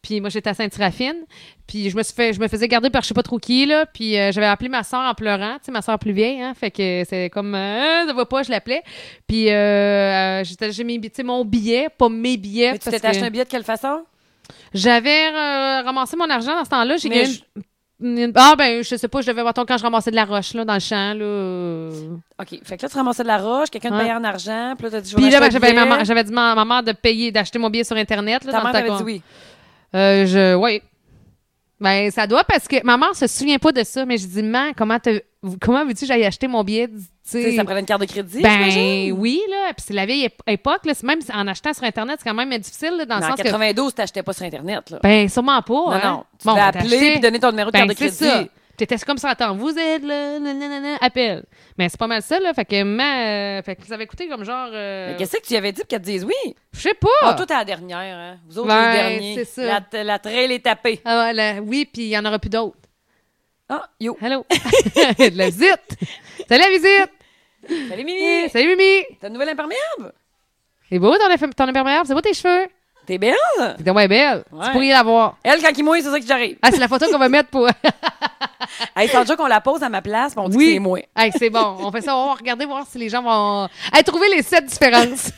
Puis moi, j'étais à Sainte-Raphine. Puis je me, suis fait, je me faisais garder par je sais pas trop qui, là. Puis euh, j'avais appelé ma soeur en pleurant. Tu sais, ma soeur plus vieille, hein. Fait que c'est comme, euh, ça va pas, je l'appelais. Puis euh, euh, j'étais- j'ai mis, tu sais, mon billet, pas mes billets. Mais tu parce t'étais acheté que un billet de quelle façon? J'avais euh, ramassé mon argent dans ce temps-là. J'ai Mais gagné une- une- Ah, ben, je sais pas, je devais, mettons, quand je ramassais de la roche, là, dans le champ, là. euh, OK. Fait que là, tu ramassais de la roche, quelqu'un te Ouais. payait en argent, puis là, t'as dit, je vais Puis là, ben, m'acheter un j'avais, billet. ma- j'avais dit à ma mère de payer, d'acheter mon billet sur Internet. Là, Ta dans mère le t'avait temps dit qu'on- oui. Euh, je, oui. Ben, ça doit parce que ma mère se souvient pas de ça, mais je dis, maman, comment, te- comment veux-tu que j'aille acheter mon billet? Tu Tu sais, sais, ça prenait une carte de crédit, ben j'imagine? oui, là. Puis c'est la vieille ép- époque, là. C'est Même en achetant sur Internet, c'est quand même difficile, là, dans Mais le en sens que. 92, t'achetais pas sur Internet, là. Ben, sûrement pas. Non, hein. non. Tu Bon, devais on appeler t'achetait. puis donner ton numéro de Ben, carte de c'est crédit. ça. T'étais comme ça, attends, vous êtes là, nanana, appel. Mais Ben, c'est pas mal ça, là. Fait que, ma, euh, fait que ça avait coûté comme genre. euh, Mais qu'est-ce que tu y avais dit pour qu'elle te dise oui? je sais pas. Ah, toi, t'es la dernière, hein? Vous autres, Ben, les derniers. c'est ça. La, t- la trail est tapée. Ah, ouais, là, oui, puis il y en aura plus d'autres. Ah, yo. Hello. de la visite. Salut la visite. Salut, Mimi. Salut Mimi. T'as une nouvelle imperméable? C'est beau ton, eff- ton imperméable. C'est beau tes cheveux. T'es belle? T'es donc bien belle. Ouais. Tu pourrais l'avoir. Elle, quand il mouille, c'est ça qui j'arrive. Ah, c'est la photo qu'on va mettre pour. Hey, sans dire qu'on la pose à ma place, puis on dit que c'est moi. Hey, c'est bon. On fait ça. On va regarder voir si les gens vont. Hey, trouver les sept différences.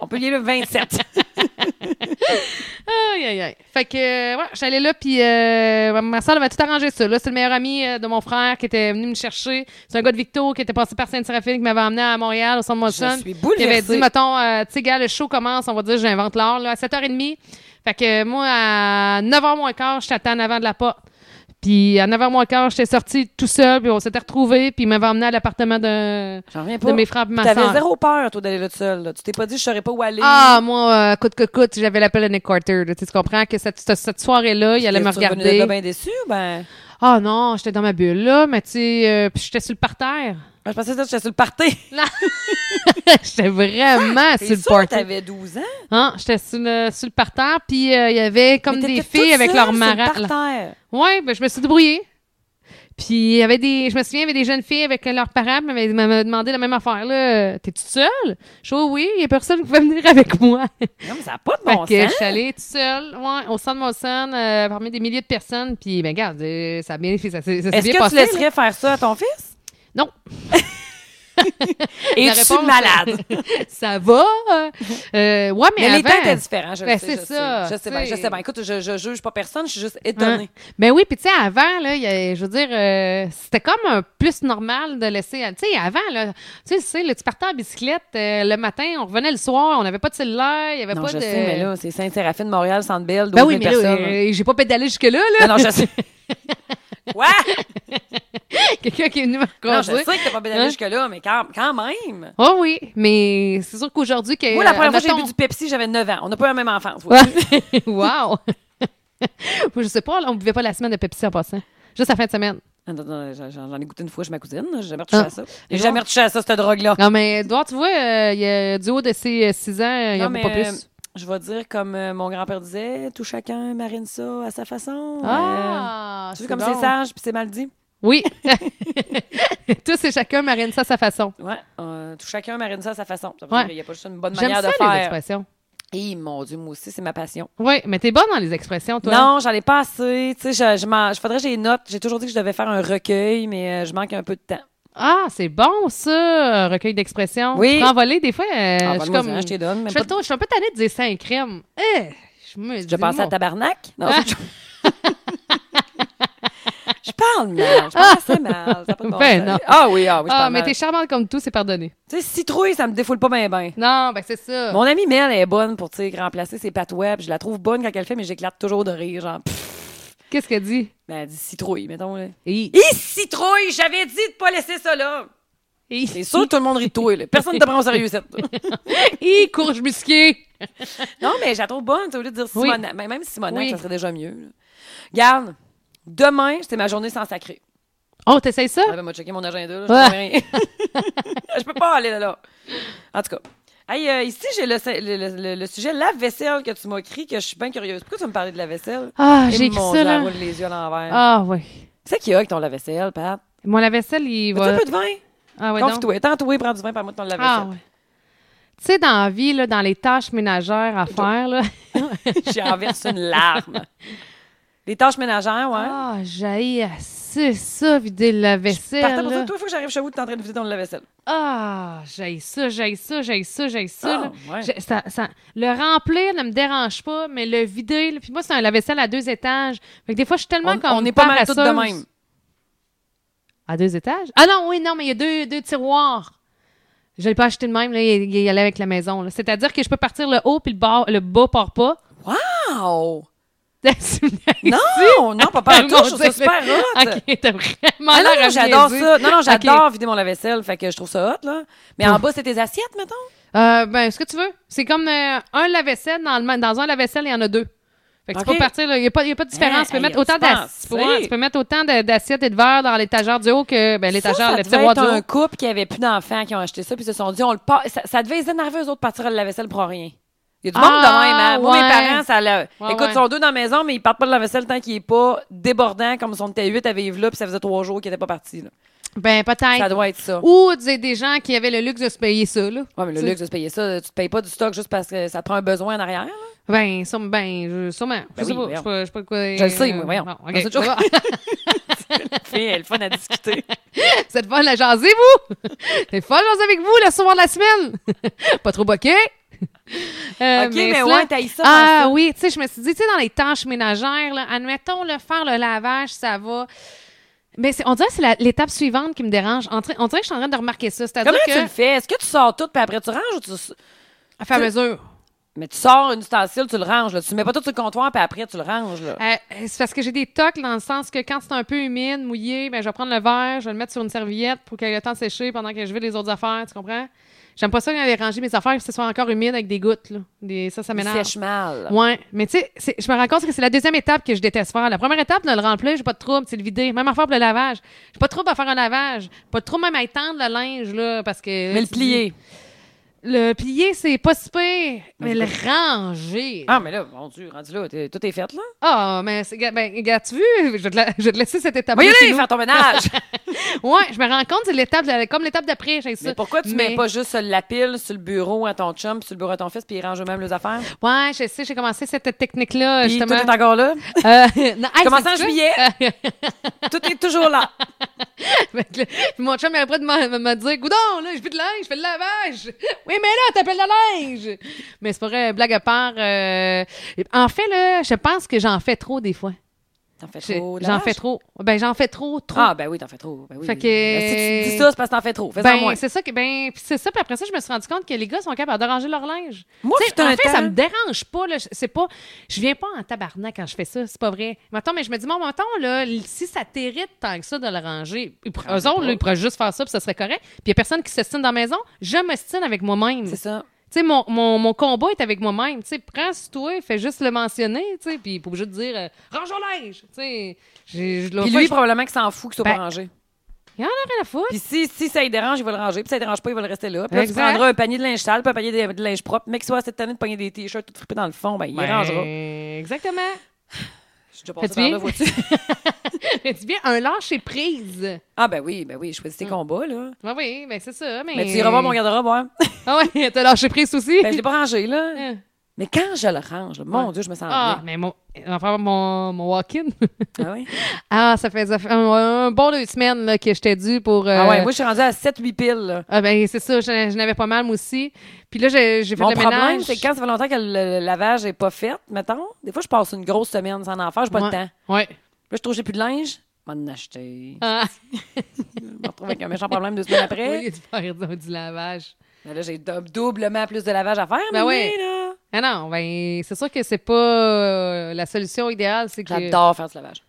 On peut lier le 27. aïe, aïe, aïe. Fait que, euh, ouais, je suis allée là, puis euh, ma soeur m'a tout arrangé ça. Là, c'est le meilleur ami euh, de mon frère qui était venu me chercher. C'est un gars de Victo qui était passé par Sainte-Séraphine, qui m'avait emmené à Montréal, au centre Molson. Je suis Il avait bouleversée. dit, mettons, euh, tu sais, gars, le show commence, on va dire, j'invente l'heure, là, à 7h30. Fait que euh, moi, à 9h moins quart, je t'attends en avant de la porte. Puis à 9h moins quart, j'étais sortie tout seul, puis on s'était retrouvés, puis il m'avait emmené à l'appartement de, J'en reviens de pas. mes frères et ma T'avais sœur. zéro peur, toi, d'aller là tout seul. là. Tu t'es pas dit, je saurais pas où aller. Ah, moi, euh, coûte que coûte, j'avais l'appel à Nick Carter. là. Tu sais, tu comprends que cette, cette- cette soirée-là, il allait me Tu revenais de là regarder. bien déçu, ben. Ah non, j'étais dans ma bulle, là, mais tu sais, euh, puis j'étais sur le parterre. Moi, je pensais que j'étais sur le party. j'étais vraiment Ah! T'es sur le sûre que parterre. T'avais 12 ans. Hein, j'étais sur le, sur le parterre, puis euh, il y avait comme Mais des t'étais filles toute avec seule leurs sur le marins. parterre. Ouais, ben je me suis débrouillée. Puis il y avait des, je me souviens, il y avait des jeunes filles avec leurs parents, puis ils m'avaient demandé la même affaire là. Euh, T'es toute seule Je dis oui, il y a personne qui veut venir avec moi. Non, mais ça n'a pas de Fait bon que je sens. suis allée toute seule, ouais, au centre Molson, euh, parmi des milliers de personnes. Puis, ben, regarde, euh, ça a bien, ça, s'est- ça s'est Est-ce bien que passé. tu laisserais faire ça à ton fils? Non. Et La tu réponse, malade. là. ça va. Euh, ouais, Mais mais, les avant. temps étaient différents, je le Ben, sais. c'est je ça, Sais. Je sais bien, je t'sais. sais bien. Écoute, je, je juge pas personne, je suis juste étonnée. Ben oui, puis tu sais, avant, là, il y a- je veux dire, euh, c'était comme un plus normal de laisser. Tu sais, avant, là, tu sais, tu sais, là, tu partais en bicyclette euh, le matin, on revenait le soir, on n'avait pas de cellulaire, il n'y avait Non, pas je de. sais, mais là, c'est Saint-Séraphine, Montréal, Centre-Belle, 12 ben oui, 000 mais là, personnes. hein. euh, j'ai pas pédalé jusque-là, là. Non, non, je sais. Quoi? Quelqu'un qui est venu me Non, je conduire. sais que t'as pas bien Hein? allé jusque-là, mais quand, quand même. Oh oui, mais c'est sûr qu'aujourd'hui que. Moi, la première fois que j'ai euh, mettons- bu du Pepsi, j'avais 9 ans. On n'a pas eu la même enfance. vois. Ouais. wow! Moi, je sais pas, là, on buvait pas la semaine de Pepsi en passant. Juste la fin de semaine. Attends, attends, j'en- J'en ai goûté une fois chez ma cousine. là. J'ai jamais retouché Ah. à ça. J'ai jamais retouché à ça, cette drogue-là. Non, mais Edouard, tu vois, euh, il y a, du haut de ses 6 ans, il y en Non, a mais, pas euh, plus. Je vais dire, comme euh, mon grand-père disait, tout chacun marine ça à sa façon. Euh, Ah! tu vois, comme bon. c'est sage puis c'est mal dit. Oui. Tous et chacun marine ça à sa façon. Ouais, euh, tout chacun marine ça à sa façon. Ça veut Ouais. dire qu'il n'y a pas juste une bonne J'aime manière ça, de les faire. expressions. Et mon Dieu, moi aussi, c'est ma passion. Oui, mais t'es bonne dans les expressions, toi. Non, j'en ai pas assez. Tu sais, je, je, m'en- je faudrait que j'ai des notes. J'ai toujours dit que je devais faire un recueil, mais euh, je manque un peu de temps. Ah, c'est bon, ça, un recueil d'expressions. Oui. Tu peux en voler, des fois, euh, Ah, je suis parle-moi-en, comme... je t'ai donné. Je Même fais pas le tour, je suis un peu tannée de dire ça en crème. Eh, je me Je dis, pensais à mon- tabarnak. Non, Ah. c'est- je parle mal. Je parle assez mal. Ça a pas de bon Ben sens. non. Ah oui, ah oui, je Ah, parle mais mal. t'es charmante comme tout, c'est pardonné. Tu sais, citrouille, ça me défoule pas bien ben. Non, ben c'est ça. Mon amie Mel elle est bonne pour, tu sais, remplacer ses pattes web. Je la trouve bonne quand elle fait, mais j'éclate toujours de rire. Genre, pff. Qu'est-ce qu'elle dit? Ben, elle dit citrouille, mettons. Là. Hi. Hi, citrouille! J'avais dit de pas laisser ça là! Hi. C'est sûr que tout le monde rit de toi, là. Personne ne te prend au sérieux, cette. Hi, courge musquée. Non, mais je la trouve bonne, tu sais, au lieu de dire Oui. Simonac. Mais Même Simonac, Oui. ça serait déjà mieux. là. Garde, demain, c'est ma journée sans sacré. Oh, t'essayes ça? Ah, ben, moi, checker mon agenda. Là, je, Ouais. comprends rien. Je peux pas aller là-là. En tout cas. Hey, euh, ici, j'ai le, le- le- le sujet lave-vaisselle que tu m'as écrit, que je suis bien curieuse. Pourquoi tu veux me parlais de la vaisselle? Ah, Et j'ai Eh, écrit mon ça, Dieu, elle là. roule les yeux à l'envers. Ah, oui. C'est qu'il y a avec ton lave-vaisselle, Pat? Mon lave-vaisselle, il Veux-tu un va. peu de vin? Ah, ouais, donc. Confie-toi. Tente-toi, prends du vin, par moi de ton Ah, lave-vaisselle. ouais. Tu sais, dans la vie, là, dans les tâches ménagères à faire, là. J'ai renversé une larme. Les tâches ménagères, ouais. Ah, j'ai assez ça, vider le Partant lave-vaisselle. pour là. ça, toi, il faut que j'arrive chez vous, t'es en train de vider ton lave-vaisselle. Ah, j'ai ça, j'ai ça, j'ai ça, j'ai ça. là. Ah, ouais. J'ai- ça, ça- le remplir ne me dérange pas, mais le vider, là, puis moi, c'est un lave-vaisselle à deux étages. Fait que des fois, je suis tellement On, comme on est pas mal toutes de paresseuse. même. À deux étages? Ah non, oui, non, mais il y a deux, deux tiroirs. Je l'ai pas acheté de même, là, il, il allait avec la maison. là. C'est-à-dire que je peux partir le haut, puis le bas, le bas part pas. Wow! non, Non, non, pas partout, je trouve ça super hot. OK, t'as vraiment Ah non, l'air non, à j'adore niaiser. ça. Non, non, j'adore Ok. vider mon lave-vaisselle, fait que je trouve ça hot, là. Mais en bas, c'est tes assiettes, mettons? Euh, ben, ce que tu veux. C'est comme euh, un lave-vaisselle. Dans, le ma- dans un lave-vaisselle, il y en a deux. Fait que Ok. tu peux partir, il n'y a, pas- y a pas de différence. Hein, tu, peux hey, mettre autant tu d'ass- tu, peux, ouais, pensais? tu peux mettre autant de- d'assiettes et de verres dans l'étagère du haut que ben, Ça, l'étagère, ça le devait tiroir être du haut. un couple qui avait plus d'enfants qui ont acheté ça, puis se sont dit, on le pa- ça, ça devait les énerver, eux autres, de partir à la vaisselle pour rien. Il y a du Ah, monde de même, hein. Moi, ouais. mes parents, ça l'a. Écoute, ouais. ils sont deux dans la maison, mais ils partent pas de la vaisselle tant qu'il est pas débordant, comme son T8 à vivre là, puis ça faisait trois jours qu'ils étaient pas partis, là. Ben, peut-être. Ça doit être ça. Ou tu sais, des gens qui avaient le luxe de se payer ça, là. Ouais, mais le Tu- luxe de se payer ça, tu te payes pas du stock juste parce que ça te prend un besoin en arrière. là. Ben, sûrement. Ben, je- sûrement. Ben je sais oui, pas. Je sais pas- je sais pas quoi. Je le sais, euh, moi, voyons. bon, ok, On sait toujours. ça va. Fait, elle est fun à discuter. Cette fois, la jasez, vous! C'est folle, jaser avec vous, le soir de la semaine! pas trop boqué! Euh, OK, mais, cela- ouais, t'as eu ça. Ah penses-tu? oui, tu sais, je me suis dit, tu sais, dans les tâches ménagères, là, admettons, le faire le lavage, ça va. Mais c'est- on dirait que c'est la- l'étape suivante qui me dérange. En tra- On dirait que je suis en train de remarquer ça. C'est-à-dire Comment tu que, le fais? Est-ce que tu sors tout, puis après tu ranges ou tu... à faire tu- mesure, Mais tu sors un ustensile, tu le ranges. Là. Tu mets pas tout sur le comptoir, puis après tu le ranges. Là. Euh, c'est parce que j'ai des tocs dans le sens que quand c'est un peu humide, mouillé, ben, je vais prendre le verre, je vais le mettre sur une serviette pour qu'il ait le temps de sécher pendant que je vais les autres affaires, tu comprends? J'aime pas ça quand j'ai rangé mes affaires que ce soit encore humide avec des gouttes, là. Des, ça, ça Il m'énerve. sèche mal. Ouais, mais tu sais, c'est- je me rends compte que c'est la deuxième étape que je déteste faire. La première étape, là, le remplir, j'ai pas de trouble, c'est le vider. Même affaire pour le lavage. J'ai pas de trouble à faire un lavage. Pas de trouble même à étendre le linge, là, parce que. Mais le plier. Le plier, c'est pas si pire. c'est Mais le ranger. Ah, mais là, mon Dieu, rendu là, t'es- tout est fait, là. Ah, mais c'est- ben, regarde, tu vu? Je vais te, la- je vais te laisser cette étape-là. Va y chez aller, nous. faire ton ménage. Ouais, je me rends compte, c'est l'étape, de- comme l'étape d'après, j'ai ça. mais pourquoi tu Mais- mets pas juste la pile sur le bureau à ton chum, puis sur le bureau à ton fils, puis ils rangent eux-mêmes les affaires? Ouais, je sais, j'ai commencé cette technique-là, Puis tout justement. est encore là. Euh, non, hey, Commençant en sais-tu quoi? juillet. tout est toujours là. Fait que là, mon chum est après de me me- me dire Goudon, là, j'ai plus de linge, je fais le lavage. Oui, mais là, t'appelles le linge. Mais c'est pas vrai, blague à part. euh, En fait, là, je pense que j'en fais trop des fois. T'en fais J'ai- trop. de J'en lavage? fais trop. Ben, j'en fais trop, trop. Ah, ben oui, t'en fais trop. Ben oui. Fait que- Mais Si tu dis ça, c'est parce que t'en fais trop. Fais-en moins. ben, c'est ça que. Ben, pis c'est ça, puis après ça, je me suis rendu compte que les gars sont capables de ranger leur linge. Moi, Tu sais, fut un en fait, ça temps- me dérange pas. Là, Je- c'est pas, je viens pas en tabarnak quand je fais ça. C'est pas vrai. Mettons, mais je me dis, mon menton, là, si ça t'hérite tant que ça de le ranger, ils pourraient- Range eux autres, pas. là, ils pourraient juste faire ça, puis ça serait correct. Puis il y a personne qui s'estime dans la maison. Je m'estime avec moi-même. C'est Tu ça. sais, mon, mon, mon combat est avec moi-même. Tu sais, prends-toi, fais juste le mentionner, tu sais, puis pas obligé de dire, euh, range au linge. Tu sais, j'ai- je l'ai Puis fait, lui, je- probablement qu'il s'en fout qu'il soit Ben, pas rangé. il en a rien à foutre. Puis si, si ça le dérange, il va le ranger. Puis ça le dérange pas, il va le rester là. Puis là, tu Exact. prendras un panier de linge sale, puis un panier de, de linge propre. Mais qu'il soit cette année de panier des t-shirts tout frippés dans le fond, ben il les Ben, rangera. Exactement. Je suis déjà passée Fais-tu par bien? là, vois-tu? tu bien un lâche et prise. Ah ben oui, ben oui, je choisis tes combats, là. Ben oui, ben c'est ça. Mais, Mais tu iras voir mon garde-robe, ouais. Ah ouais, t'as lâché prise aussi. ben je l'ai pas rangé, là. Hein. Mais quand je le range, là, mon Ouais. Dieu, je me sens Ah, bien. mais mon, enfin, mon, mon walk-in. Ah oui? ah, ça fait, ça fait un, un bon deux semaines là, que j'étais due pour. euh, Ah ouais, moi, je suis rendue à 7-8 piles, là. ah, ben, c'est ça, je, je n'avais pas mal, moi aussi. Puis là, j'ai j'ai fait Mon le problème, ménage. c'est que quand ça fait longtemps que le, le lavage est pas fait, mettons, des fois, je passe une grosse semaine sans en faire, j'ai pas Ouais. le temps. Ouais. Là, je trouve que j'ai plus de linge. Je vais en acheter. Ah, Je me retrouve avec un méchant problème deux semaines après. oui, tu parles du, du lavage. Mais là, j'ai dou- doublement plus de lavage à faire, Ben mais ouais. là. Ah non, ben, c'est sûr que c'est pas euh, la solution idéale. c'est que J'adore faire du lavage.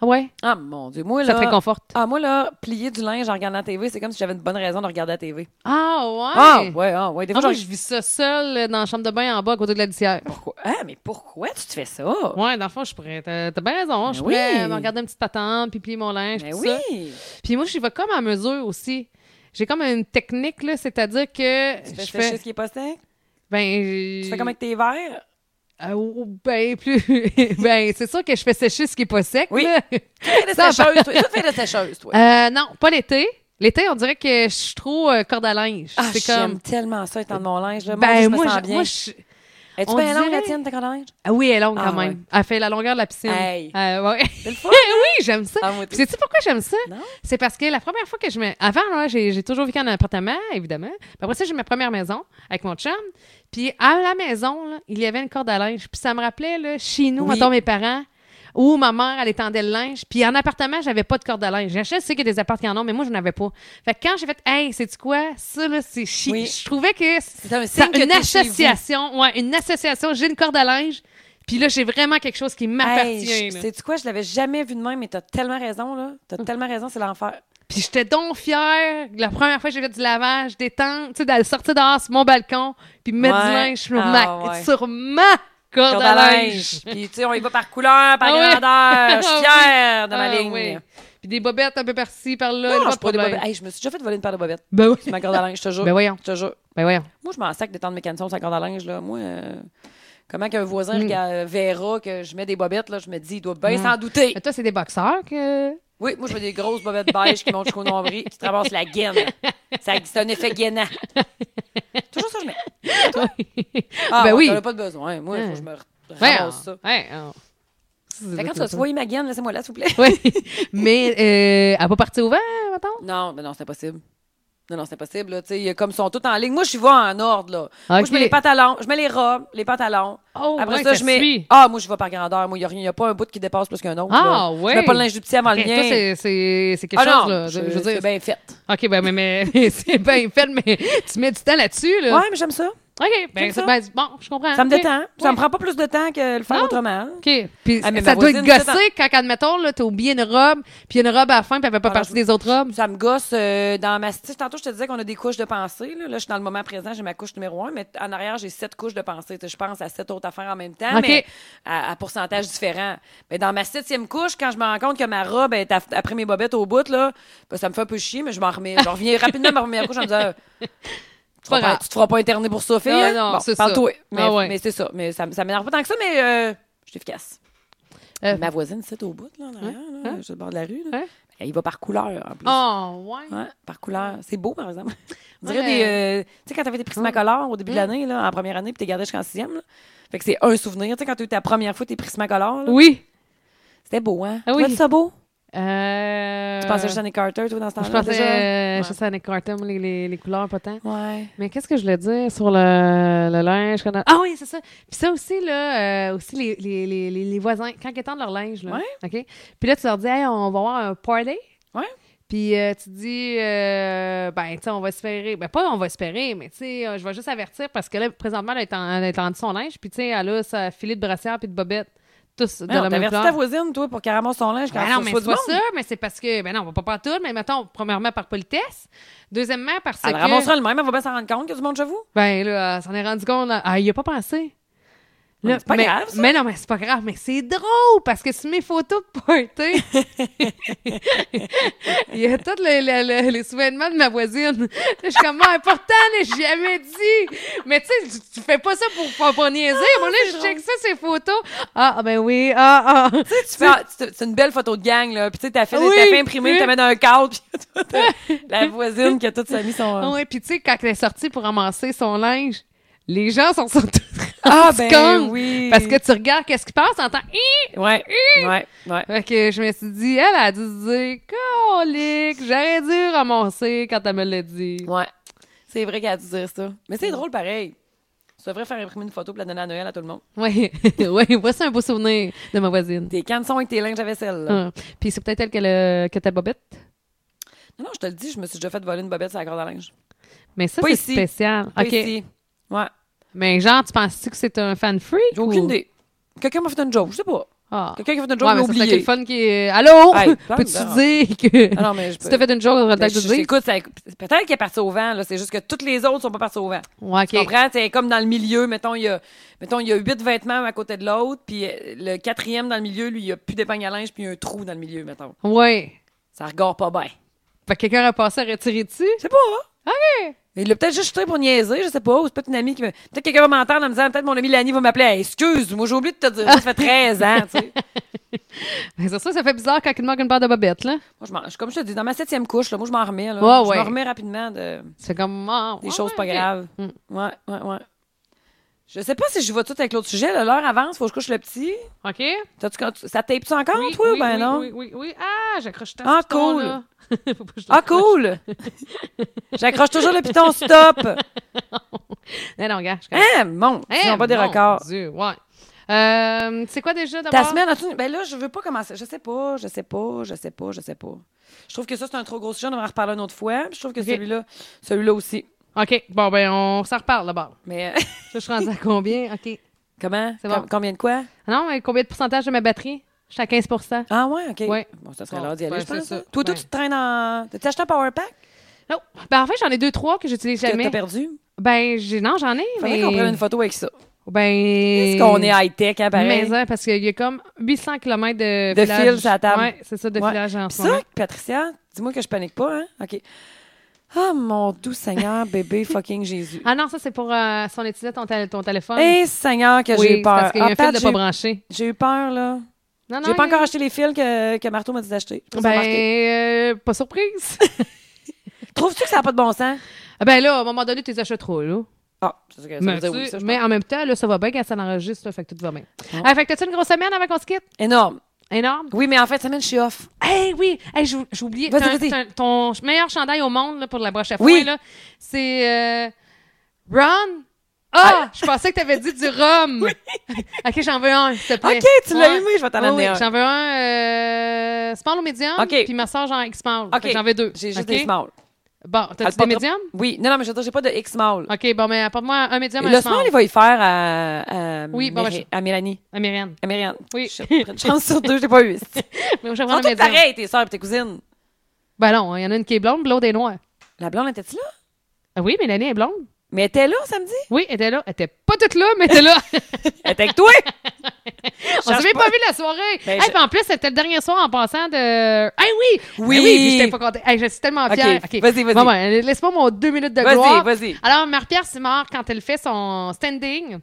Ah ouais, Ah, mon Dieu. Moi, euh, ça là. te réconforte. Ah, moi, là, plier du linge en regardant la TV, c'est comme si j'avais une bonne raison de regarder la TV. Ah ouais. Ah, ouais, ah, ouais. Des Ah, fois, moi, je- je vis ça seule euh, dans la chambre de bain en bas à côté de la litière. Pourquoi? Ah, mais pourquoi tu te fais ça? Ouais, dans le fond, je pourrais. T'as t'as bien raison. je Ben pourrais oui. me regarder une petite patente, puis plier mon linge, Mais puis oui! ça. Puis moi, je vais comme à mesure aussi. J'ai comme une technique, là, c'est-à-dire que Tu fais je sécher fais... ce qui est pas sec? Ben, Tu je- fais comme avec tes verres? Ah, ou- ou ben, plus... ben, c'est sûr que je fais sécher ce qui est pas sec, Oui. là. Tu fais des Ça, sécheuses, toi. Tu fais des sécheuses, toi. Euh, non, pas l'été. L'été, on dirait que je suis trop euh, corde à linge. Ah, c'est j'aime comme... tellement ça, étant de mon linge. là. Mon Dieu, Ben, je me moi, sens je- bien. moi, je... Es-tu on bien longue, dirait- la tienne, ta corde à linge? Ah oui, elle est longue quand Ah, même. ouais. Elle fait la longueur de la piscine. Hey. Euh, ouais. C'est le fun. oui, j'aime ça. Ah, moi, Puis sais-tu pourquoi j'aime ça? Non? C'est parce que la première fois que je me. Avant, là, j'ai j'ai toujours vécu en appartement, évidemment. Puis après ça, j'ai eu ma première maison avec mon chum. Puis à la maison, là, il y avait une corde à linge. Puis ça me rappelait, là, chez nous, Oui. mettons mes parents, où ma mère, elle étendait le linge. Puis en appartement, j'avais pas de corde à linge. J'achetais, tu sais qu'il y a des appartements qui en ont, mais moi, je n'en avais pas. Fait que quand j'ai fait, hey, c'est quoi? Ça, là, c'est chic. Oui. Je trouvais que c'est C'est un ça- signe que une t'es chez vous. association. Ouais, une association. J'ai une corde à linge. Puis là, j'ai vraiment quelque chose qui m'appartient. Hey, je- là. sais-tu quoi? Je l'avais jamais vu de même, mais t'as tellement raison, là. T'as tellement raison, c'est l'enfer. Puis j'étais donc fière. La première fois que j'ai fait du lavage, des temps, tu sais, d'aller sortir dehors sur mon balcon, puis mettre du Ouais. linge sur, Ah, ma, ouais. sur ma corde, Corde à à linge. linge. Puis, tu sais, on y va par couleur, par Ah oui. grandeur. Je suis Ah oui. fière de ma Ah, ligne. oui. Puis des bobettes un peu par-ci, Non, par-là. pas je de prends des problème. bobettes. Hey, je me suis déjà fait voler une paire de bobettes. Ben oui. C'est ma corde à linge, je te jure. Ben voyons. Je te jure. Ben voyons. Moi, je m'en sac d'étendre mes canetons sur la corde à linge, là. Moi, euh, comment qu'un voisin Mm. Hmm. regarde- verra que je mets des bobettes, là, je me dis, il doit bien s'en douter. Mais toi, c'est des boxeurs que. Oui, moi, je veux des grosses bobettes beige qui montent jusqu'au nombril, qui traversent la gaine. Ça- C'est un effet gainant. Toujours ça, je mets. Ah, ouais, Ben oui. Hein. T'en as pas de besoin. Moi, il faut que je me Ouais, ramasse on- ça. ouais, on- Fait que quand tu vas te voyer ma gaine, laissez-moi là, s'il vous plaît. Oui. Mais euh, elle n'a pas parti au vent, mettons? Non, ben non, c'est impossible. Non, non, c'est impossible. Là. Tu sais, il y a comme ils sont tous en ligne. Moi, je suis vois en ordre. Là. Moi, je mets Ok. les pantalons, je mets les robes, les pantalons. Oh, Après ouais, ça, ça je mets. suit. Ah, moi, je vais par grandeur. Moi, il n'y a, rien- y a pas un bout qui dépasse plus qu'un autre. Ah, là. ouais. Je mets pas le linge du petit avant le Ok, mien. ça, Eh, c'est- c'est c'est quelque ah, chose, non, là. de- je- je veux c'est dire. bien fait. OK, ben, mais, mais c'est bien fait, mais tu mets du temps là-dessus, là. Ouais, mais j'aime ça. OK, ben, J'aime ça. ça. ben, bon, je comprends. Ça me Ok, détend. Ça ouais. me prend pas plus de temps que le faire Non. autrement. hein. OK. Puis Ah, mais ça ma doit être voisine, tout gossé quand, admettons, là, t'as oublié une robe, puis une robe à la fin, puis elle fait pas Ah, non, partie je- des autres robes. Ça me gosse euh, dans ma. tu sais, Tantôt, je te disais qu'on a des couches de pensée. Là, Là, je suis dans le moment présent, j'ai ma couche numéro un, mais t- en arrière, j'ai sept couches de pensée. Tu sais, Je pense à sept autres affaires en même temps, OK. mais à, à pourcentage différent. Mais dans ma septième couche, quand je me rends compte que ma robe est af- après mes bobettes au bout, là, ben, ça me fait un peu chier, mais je m'en remets. Je reviens rapidement à ma première couche en me disant. Tu te, Pas feras pas, grave. tu te feras pas interner pour ça, fille. Non, hein? non, Bon, c'est parle-toi. ça. Mais, Ah ouais. mais c'est ça. Mais ça, m- ça m'énerve pas tant que ça, mais euh, je suis efficace. Euh, Ma voisine, c'est au bout, là, en arrière, là, sur le bord de la rue. là. Hein? Il va par couleur, en plus. Oh, ouais. Ouais, par couleur. C'est beau, par exemple. On Ouais, Mm. dirait des. euh, tu sais, quand t'avais tes Prismacolor au début de l'année, là, en première année, puis t'es gardé jusqu'en sixième, là. Fait que c'est un souvenir. Tu sais, quand t'as eu ta première fois tes Prismacolor, là, Oui. c'était beau, hein? Tu Ah oui. trouvais ça beau? Euh... Tu pensais juste à Nick Carter, toi, dans ce temps-là? Je pensais déjà? euh, Ouais. je pensais à Nick Carter, moi, les, les, les couleurs, pas tant. Ouais. Mais qu'est-ce que je voulais dire sur le, le linge? qu'on a- Ah oui, c'est ça. Puis ça aussi, là, euh, aussi les, les, les, les- les voisins, quand ils étendent leur linge, là, Ouais. OK? Puis là, tu leur dis, hey, on va avoir un party. Ouais. Puis euh, tu dis, euh, ben, tu sais, on va espérer. Ben, pas on va espérer, mais tu sais, euh, je vais juste avertir parce que là, présentement, elle a éten- elle a étendu son linge. Puis tu sais, elle a sa filet de brassière puis de bobette. Tous de Non, la même t'avertis couleur. Ben, ta voisine, toi, pour qu'elle ramasse son linge quand Ben tu non, mais reçois c'est du pas monde. ça, mais c'est parce que, ben non, on va pas partout, mais mettons, premièrement, par politesse. Deuxièmement, parce Elle que. ramassera le même, elle va bien s'en rendre compte qu'il y a du monde chez vous. Ben là, elle s'en est rendu compte. là. Ah, il a pas pensé. Mais c'est pas mais, grave, ça. Mais non, mais c'est pas grave, mais c'est drôle parce que sur mes photos de party, il y a tous les, les, les- les souvenirs de ma voisine. Là, je suis comme, Ah, important, là, j'ai jamais dit. Mais tu sais, tu- tu fais pas ça pour, pour, pour niaiser. Moi, là, je Ah, drôle. check ça, ces photos. Ah, ah, ben oui, ah, ah. Tu sais, tu fais- ah, tu te- c'est une belle photo de gang, là. Puis tu sais, t'as fait, Oui, t'as fait imprimer, oui. t'as mis dans un cadre, puis toi, t'as- la voisine qui a toute sa mis son. Ouais, puis tu sais, quand elle est sortie pour ramasser son linge, les gens s'en sont tous Ah, rendus ben compte. oui. Parce que tu regardes qu'est-ce qui passe, t'entends Hi! Ouais, ouais, ouais. Fait que je me suis dit, elle a dû se dire, colique, j'aurais dû ramasser quand elle me l'a dit. Ouais. C'est vrai qu'elle a dû dire ça. Mais Mm. c'est drôle pareil. Tu devrais faire imprimer une photo pour la donner à Noël à tout le monde. Ouais, ouais, voici un beau souvenir de ma voisine. Tes cançons avec tes linges à vaisselle. là. Ah. Puis c'est peut-être elle que, le- que ta bobette. Non, non, je te le dis, je me suis déjà fait voler une bobette sur la corde à linge. Mais ça, Pas c'est ici. spécial. Pas OK. ici. Ouais. Mais genre, tu penses-tu que c'est un fan freak? J'ai aucune ou- idée. Quelqu'un m'a fait une joke, je sais pas. Ah. Quelqu'un qui a fait une joke, Ouais, l'a mais ça serait oublié. le fun qui est. Allô? Hey, Peux-tu parle-en. dire que. Ah non, mais je tu t'es fait une joke, on aurait le temps Ben, de je- le dire. Écoute, ça- peut-être qu'elle est partie au vent, là. C'est juste que toutes les autres sont pas parties au vent. Ouais, Tu OK. comprends? C'est comme dans le milieu, mettons, il y a, mettons, il y a huit vêtements à côté de l'autre, puis euh, le quatrième dans le milieu, lui, il y a plus d'épingle à linge, puis il y a un trou dans le milieu, mettons. Ouais. Ça regarde pas bien. Fait que quelqu'un a passé à retirer dessus. Je sais pas. Ah OK. Il l'a peut-être juste jeté pour niaiser, je sais pas. Ou c'est peut-être une amie qui me. Peut-être quelqu'un va m'entendre en me disant, peut-être mon ami Lani va m'appeler. Hey, excuse, moi j'ai oublié de te dire, ça ça fait 13 ans, tu sais. Mais c'est ça, ça fait bizarre quand il te manque une paire de bobettes, là. Moi, je m'en- je- comme je te dis, dans ma septième couche, là, moi je m'en remets. Là. Ouais, je ouais. me remets rapidement de C'est comme. ah, des ouais, choses pas ok. graves. Mm. Ouais, ouais, ouais. Je sais pas si je vois tout avec l'autre sujet. là. L'heure avance, faut que je couche le petit. OK? T'as-tu, ça tape-tu encore, Oui, toi, oui, ou ben oui, non? Oui, oui, oui. Ah, j'accroche tant Ah, ce piton, cool. là. Faut pas que je Ah, l'accroche. cool! J'accroche toujours le piton stop! Non, non, regarde, je connais. Hein, mon! Ils Eh, n'ont pas des mon records. Dieu, ouais. Euh, c'est quoi déjà d'abord? Ta semaine, as-tu- Ben là, je veux pas commencer. Je sais pas, je sais pas, je sais pas, je sais pas. Je trouve que ça, c'est un trop gros sujet. On va en reparler une autre fois. Je trouve que celui-là, celui-là aussi. OK, bon, ben, on s'en reparle d'abord. Mais Je suis rendue à combien? OK. comment? C'est bon. Com- combien de quoi? Ah Non, mais combien de pourcentage de ma batterie? Je suis à 15 Ah ouais, OK. Ouais. Bon, ça serait Bon, l'heure d'y aller, ouais, je pense. c'est ça. hein. Toi, toi, Ouais. tu te traînes en... T'as-tu acheté un power pack Non. Ben, en fait, j'en ai deux, trois que j'utilise que jamais. t'as perdu? Ben, j'ai... non, j'en ai, Faudrait mais. qu'on prenne une photo avec ça. Ben. Est-ce qu'on est high-tech, hein, pareil? Mais hein, parce qu'il y a comme 800 km de, De fil sur la table. Ouais, c'est ça, de Ouais. filage en Puis ce moment. ça, Patricia, dis-moi que je panique pas, hein? OK. Ah, mon doux Seigneur, bébé fucking Jésus. Ah non, ça, c'est pour euh, si on utilisait ton, tél- ton téléphone. Eh, Seigneur, que oui, j'ai c'est peur. parce qu'il y a Ah, un Pat, fil de j'ai- pas branché. j'ai eu peur, là. Non, Ah non. J'ai pas il- encore acheté les fils que, que Marteau m'a dit d'acheter. Je sais pas si t'as remarqué. Ben, euh, pas surprise. Trouves-tu que ça n'a pas de bon sens? Ah ben là, à un moment donné, t'es achètes trop, là. Ah, c'est sûr que ça veut Mais, dire tu- oui, ça, je mais en même temps, là, ça va bien quand ça l'enregistre, là, fait que tout va bien. Ah. Ah, fait que t'as-tu une grosse semaine avant qu'on se quitte? pense. Énorme. Énorme. Oui, mais en fait, semaine, je suis off. Hey, oui! Hey, j'ai j'ai oublié. Vas-y, T'as un- vas-y. t'as un- Ton meilleur chandail au monde là, pour la broche à foin, Oui. là, c'est euh, Ron. Ah! Je pensais que t'avais dit du rhum. OK, j'en veux un, s'il te plaît. OK, tu l'as Ouais. aimé, je vais t'en Oui, amener oui, un. J'en veux un euh, small au médium, OK. puis ma soeur, genre X-small. OK. J'en veux deux. J'ai juste OK? des small. Bon, Ah, t'as-tu pas des trop- médiums? Oui, non, non, mais je veux dire, j'ai pas de X small. OK, bon, mais apporte-moi un médium, un Le small, small. il va y faire à, à, Oui, bon, ben, Mélanie- à Mélanie. Ah, Myriam. À Myriam. Oui. Je suis une chance sur deux, je l'ai pas eu. Ils Mais moi, je vais sont prendre un toutes médium. pareilles, tes soeurs et tes cousines. Ben non, il y en a une qui est blonde, puis l'autre est noire. La blonde était-tu là? Ah oui, Mélanie est blonde. Mais elle était là samedi? Oui, elle était là. Elle était pas toute là, mais elle était là. Elle était avec toi! On s'est Cherche même pas. pas vu la soirée. Ben, Hey, je- puis en plus, c'était le dernier soir en passant de. Ah oui! Oui! Ah oui, puis j'étais pas contente. Hey, je suis tellement Ok, fière. vas-y, vas-y. Bon, ben, laisse-moi mon deux minutes de Vas-y, gloire. vas-y. Alors, Marie-Pierre Simard, quand elle fait son standing.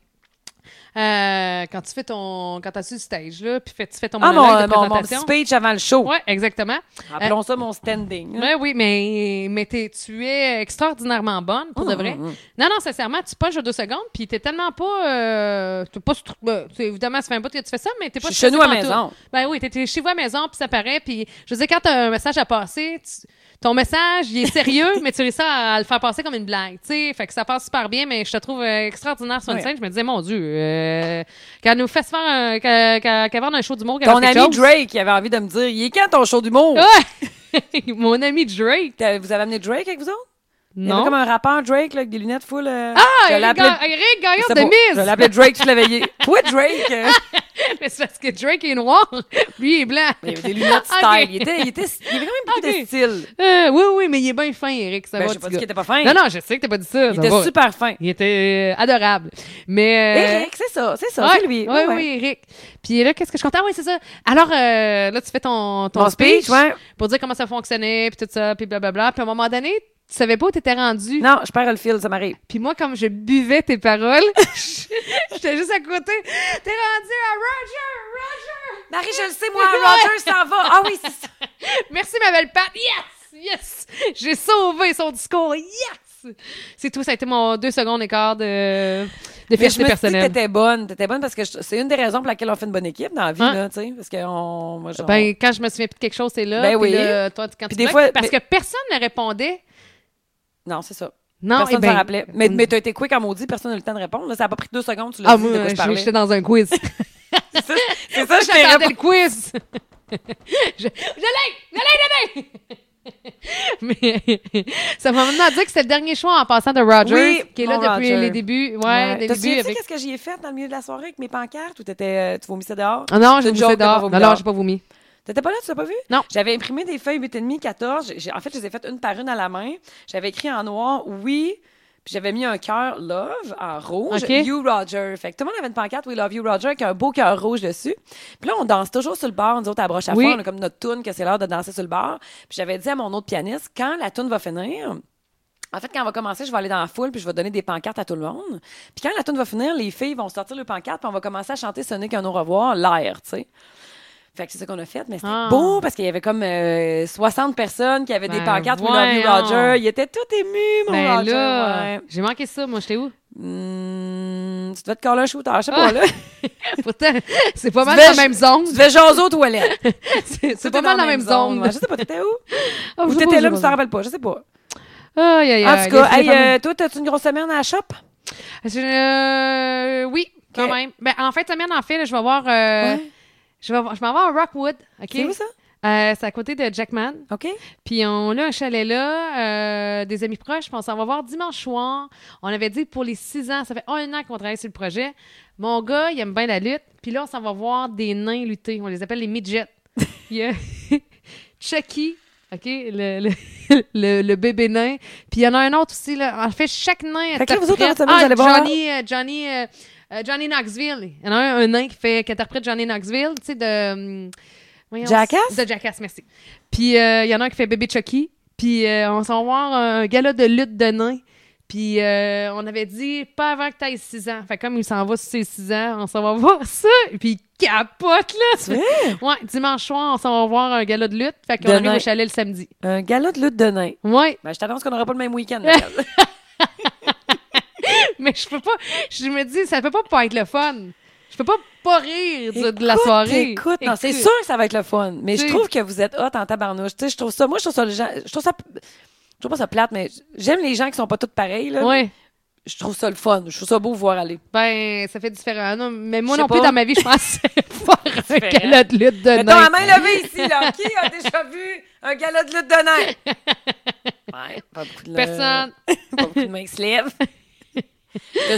euh, quand tu fais ton. Quand t'as su le stage, là, puis fais- tu fais ton Ah, mon, monologue de mon, mon présentation. speech avant le show. ouais, exactement. Appelons ça mon standing. hein. Ouais, oui, mais, mais t'es- tu es extraordinairement bonne, pour de vrai. Mmh, mmh, mmh. Non, non, sincèrement, tu punches deux secondes, puis t'es tellement pas. Euh, t'es pas stru- ben, tu sais, évidemment, ça fait un bout que tu fais ça, mais t'es Je pas. suis chez nous à stressée en maison. tout. Ben oui, t'es- t'es chez vous à maison, puis ça paraît. Puis je veux dire, quand t'as un message à passer, tu- ton message, il est sérieux, mais tu réussis à, à le faire passer comme une blague. Tu sais, fait que ça passe super bien, mais je te trouve euh, extraordinaire sur une Ouais. scène. Je me disais, mon Dieu, euh, qu'elle nous fasse faire un. qu'elle- qu'elle qu'elle vende un show d'humour. qu'elle Ton ami fasse quelque chose. Ah! Drake, il avait envie de me dire, il est quand ton show d'humour? Ouais! Mon ami Drake. T'as- Vous avez amené Drake avec vous autres? Il y avait Non. comme un rappeur Drake là, avec des lunettes full. euh, Ah, je Eric l'appelais- Ga- Eric Gaillard C'est de bon, Je Miss! l'appelais Drake, tu l'avais veillé. Toi, Drake! euh, Mais c'est parce que Drake est noir, lui il est blanc. Il avait des lunettes Ok. style. Il, était, il, était, il avait quand même beaucoup Ok. de style. Euh, oui, oui, mais il est bien fin, Eric. Ça Ben, va, j'ai pas petit dit gars. qu'il était pas fin. Non, non, je sais que t'as pas dit ça. il ça était va. super fin. Il était euh, adorable. Mais. euh, Eric, c'est ça, c'est ça, ouais, c'est lui. Oui, Ouais, ouais. oui, Eric. Puis là, qu'est-ce que je comptais? Ah, oui, c'est ça. Alors, euh, là, tu fais ton, ton Mon speech, ouais. pour dire comment ça fonctionnait, puis tout ça, puis blablabla. Puis à un moment donné, tu savais pas où t'étais rendu. Non, je perds le fil, ça m'arrive. Puis moi, comme je buvais tes paroles, j'étais juste à côté. T'es rendu à Roger, Roger! Marie, je le sais, moi, moi, Roger Roger s'en va. Ah oui, c'est ça. Merci, ma belle Pat. Yes! Yes! J'ai sauvé son discours. Yes! C'est tout. Ça a été mon deux secondes écart de, de Mais je fierté me suis dit que personnelle. t'étais bonne. T'étais bonne parce que je- c'est une des raisons pour laquelle on fait une bonne équipe dans la vie, Hein? là, tu sais. Parce que on. Moi, genre- Ben, quand je me souviens plus de quelque chose, c'est là. Ben puis oui. là, toi, tu- quand Puis tu des m'as- fois- parce mais- que personne ne répondait. Non, c'est ça. Non, personne eh ben, s'en rappelait. Mais, mais t'as été quick à maudit, personne n'a eu le temps de répondre. Là, ça a pas pris deux secondes, tu l'as Ah, dit de moi, quoi je j'ai- parlais. j'étais dans un quiz. C'est ça, c'est ça, je t'ai J'attendais répondu. le quiz. je je l'ai! Je l'ai, je l'ai! Mais ça m'a maintenant dit que c'était le dernier choix en passant de Rogers, Oui, qui est là mon depuis Roger. les débuts. Ouais, Ouais. les T'as débuts souviens-tu avec. qu'est-ce que j'y ai fait dans le milieu de la soirée avec mes pancartes ou t'étais, euh, tu vomissais dehors? Ah non, C'est j'ai une vomi joke, t'as pas dehors. vomi Non, non, dehors. j'ai pas vomi. T'étais pas là, tu l'as pas vu? Non. J'avais imprimé des feuilles 8,5, 14. J'ai- j'ai- en fait, je les ai faites une par une à la main. J'avais écrit en noir oui, puis j'avais mis un cœur love en rouge. Ok. You Roger. Fait que tout le monde avait une pancarte We Love You Roger avec un beau cœur rouge dessus. Puis là, on danse toujours sur le bar, nous autres à broche à Oui. foin, On a comme notre tune que c'est l'heure de danser sur le bar. Puis j'avais dit à mon autre pianiste, quand la tune va finir, en fait, quand on va commencer, je vais aller dans la foule puis je vais donner des pancartes à tout le monde. Puis quand la tune va finir, les filles vont sortir le pancarte puis on va commencer à chanter Ce n'est qu'un au revoir, l'air, tu sais. Fait que c'est ça qu'on a fait, mais c'était Ah. beau parce qu'il y avait comme euh, 60 personnes qui avaient des Ben, pancartes We Love You voyons. Roger. Ils étaient tout émus, Oh, mon Ben Roger. là, ouais. j'ai manqué ça. Moi, j'étais où? Hmm, tu devais te coller un shooter, je sais Ah. pas, là. tu Pourtant, c'est pas mal devais- la même zone. devais jaser aux toilettes. C'est c'est Tout pas est mal dans la même zone. ouais. Je sais pas, t'étais où? Ah, Ou je sais t'étais pas, là, je mais tu sais t'en pas. rappelles pas, je sais pas. Aïe, aïe, En aïe. tout cas, les- les hey, fameux- euh, toi, t'as-tu une grosse semaine à la shop? Je- euh, oui, quand Ok. même. Ben, en fin de semaine, en fait, là, je vais voir. euh, Ouais. Je, vais, voir- je m'en vais à Rockwood. OK? C'est où ça? Euh, c'est à côté de Jackman. OK? Puis on a un chalet là, euh, des amis proches. Puis on s'en va voir dimanche soir. On avait dit pour les six ans, ça fait un an qu'on travaille sur le projet. Mon gars, il aime bien la lutte. Puis là, on s'en va voir des nains lutter. On les appelle les midgets. Il y a Chucky, OK, le, le, le- le bébé nain. Puis il y en a un autre aussi. Là. En fait, chaque nain Fait que là, vous autres, interprète- en fin de semaine, vous allez voir. Johnny, euh, Johnny, euh, euh, Johnny Knoxville. Il y en a un, un nain qui, fait, qui interprète Johnny Knoxville, tu sais, de... hum, voyons, Jackass? De Jackass, merci. Puis euh, il y en a un qui fait Bébé Chucky. Puis euh, on s'en va voir un gala de lutte de nains. Puis euh, on avait dit pas avant que t'ailles 6 ans. Fait que comme il s'en va sur ses 6 ans, on s'en va voir ça. Puis il capote, là. Ouais, dimanche soir, on s'en va voir un gala de lutte. Fait qu'on Demain. arrive au chalet le samedi. Un gala Euh, de lutte de nain. Ouais, Ben, je t'annonce qu'on n'aura pas le même week-end. Michael. mais je peux pas. Je me dis, ça peut pas pas être le fun. Je peux pas pas rire de, de la Écoute, soirée. Écoute, non, c'est Écoute. sûr que ça va être le fun. Mais je Tu- trouve que vous êtes hot en tabarnouche. Tu sais, je trouve ça. Moi, je trouve ça. le genre- Je trouve ça. Je trouve pas ça plate, mais j'aime les gens qui sont pas tous pareils. Là. Ouais. Je trouve ça le fun. Je trouve ça beau voir aller. Ben, ça fait différent. Non, mais Je moi sais non plus, pas. dans ma vie, je pensais faire un Différent. gala de lutte de Mettons la nains. main levée ici, là. Qui a déjà vu un gala de lutte de nain? Ouais, pas beaucoup de Personne. Pas beaucoup de mains qui se lèvent. Je- hey,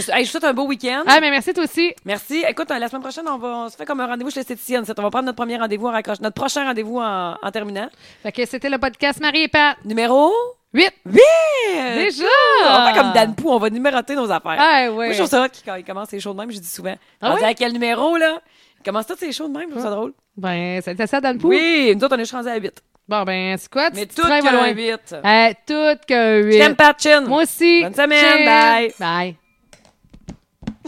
je vous souhaite un beau week-end. Ah, mais merci toi aussi. Merci. Écoute, euh, la semaine prochaine, on, va, on se fait comme un rendez-vous chez l'esthéticienne. C'est- On va prendre notre premier rendez-vous en raccroche, notre prochain rendez-vous en, en terminant. Fait que c'était le podcast Marie et Pat. Numéro 8. 8! Déjà! Euh, On fait comme Dan Pou, on va numéroter nos affaires. Ah, Moi, ouais. je trouve ça hot qu'il- quand il commence ses shows de même, je dis souvent. Ah on dit ouais? à quel numéro, là? Il commence tous ses shows de même, je trouve ça drôle. Ben, c'était ça, Dan Pou. Oui, nous autres, on est rendus à 8. Bon, ben, c'est quoi? Tu Mais tu tout travailles qu'un loin. 8. Euh, tout que Je t'aime, 8. Pat Chin. Moi aussi. Bonne semaine. Cheers. Bye. Bye.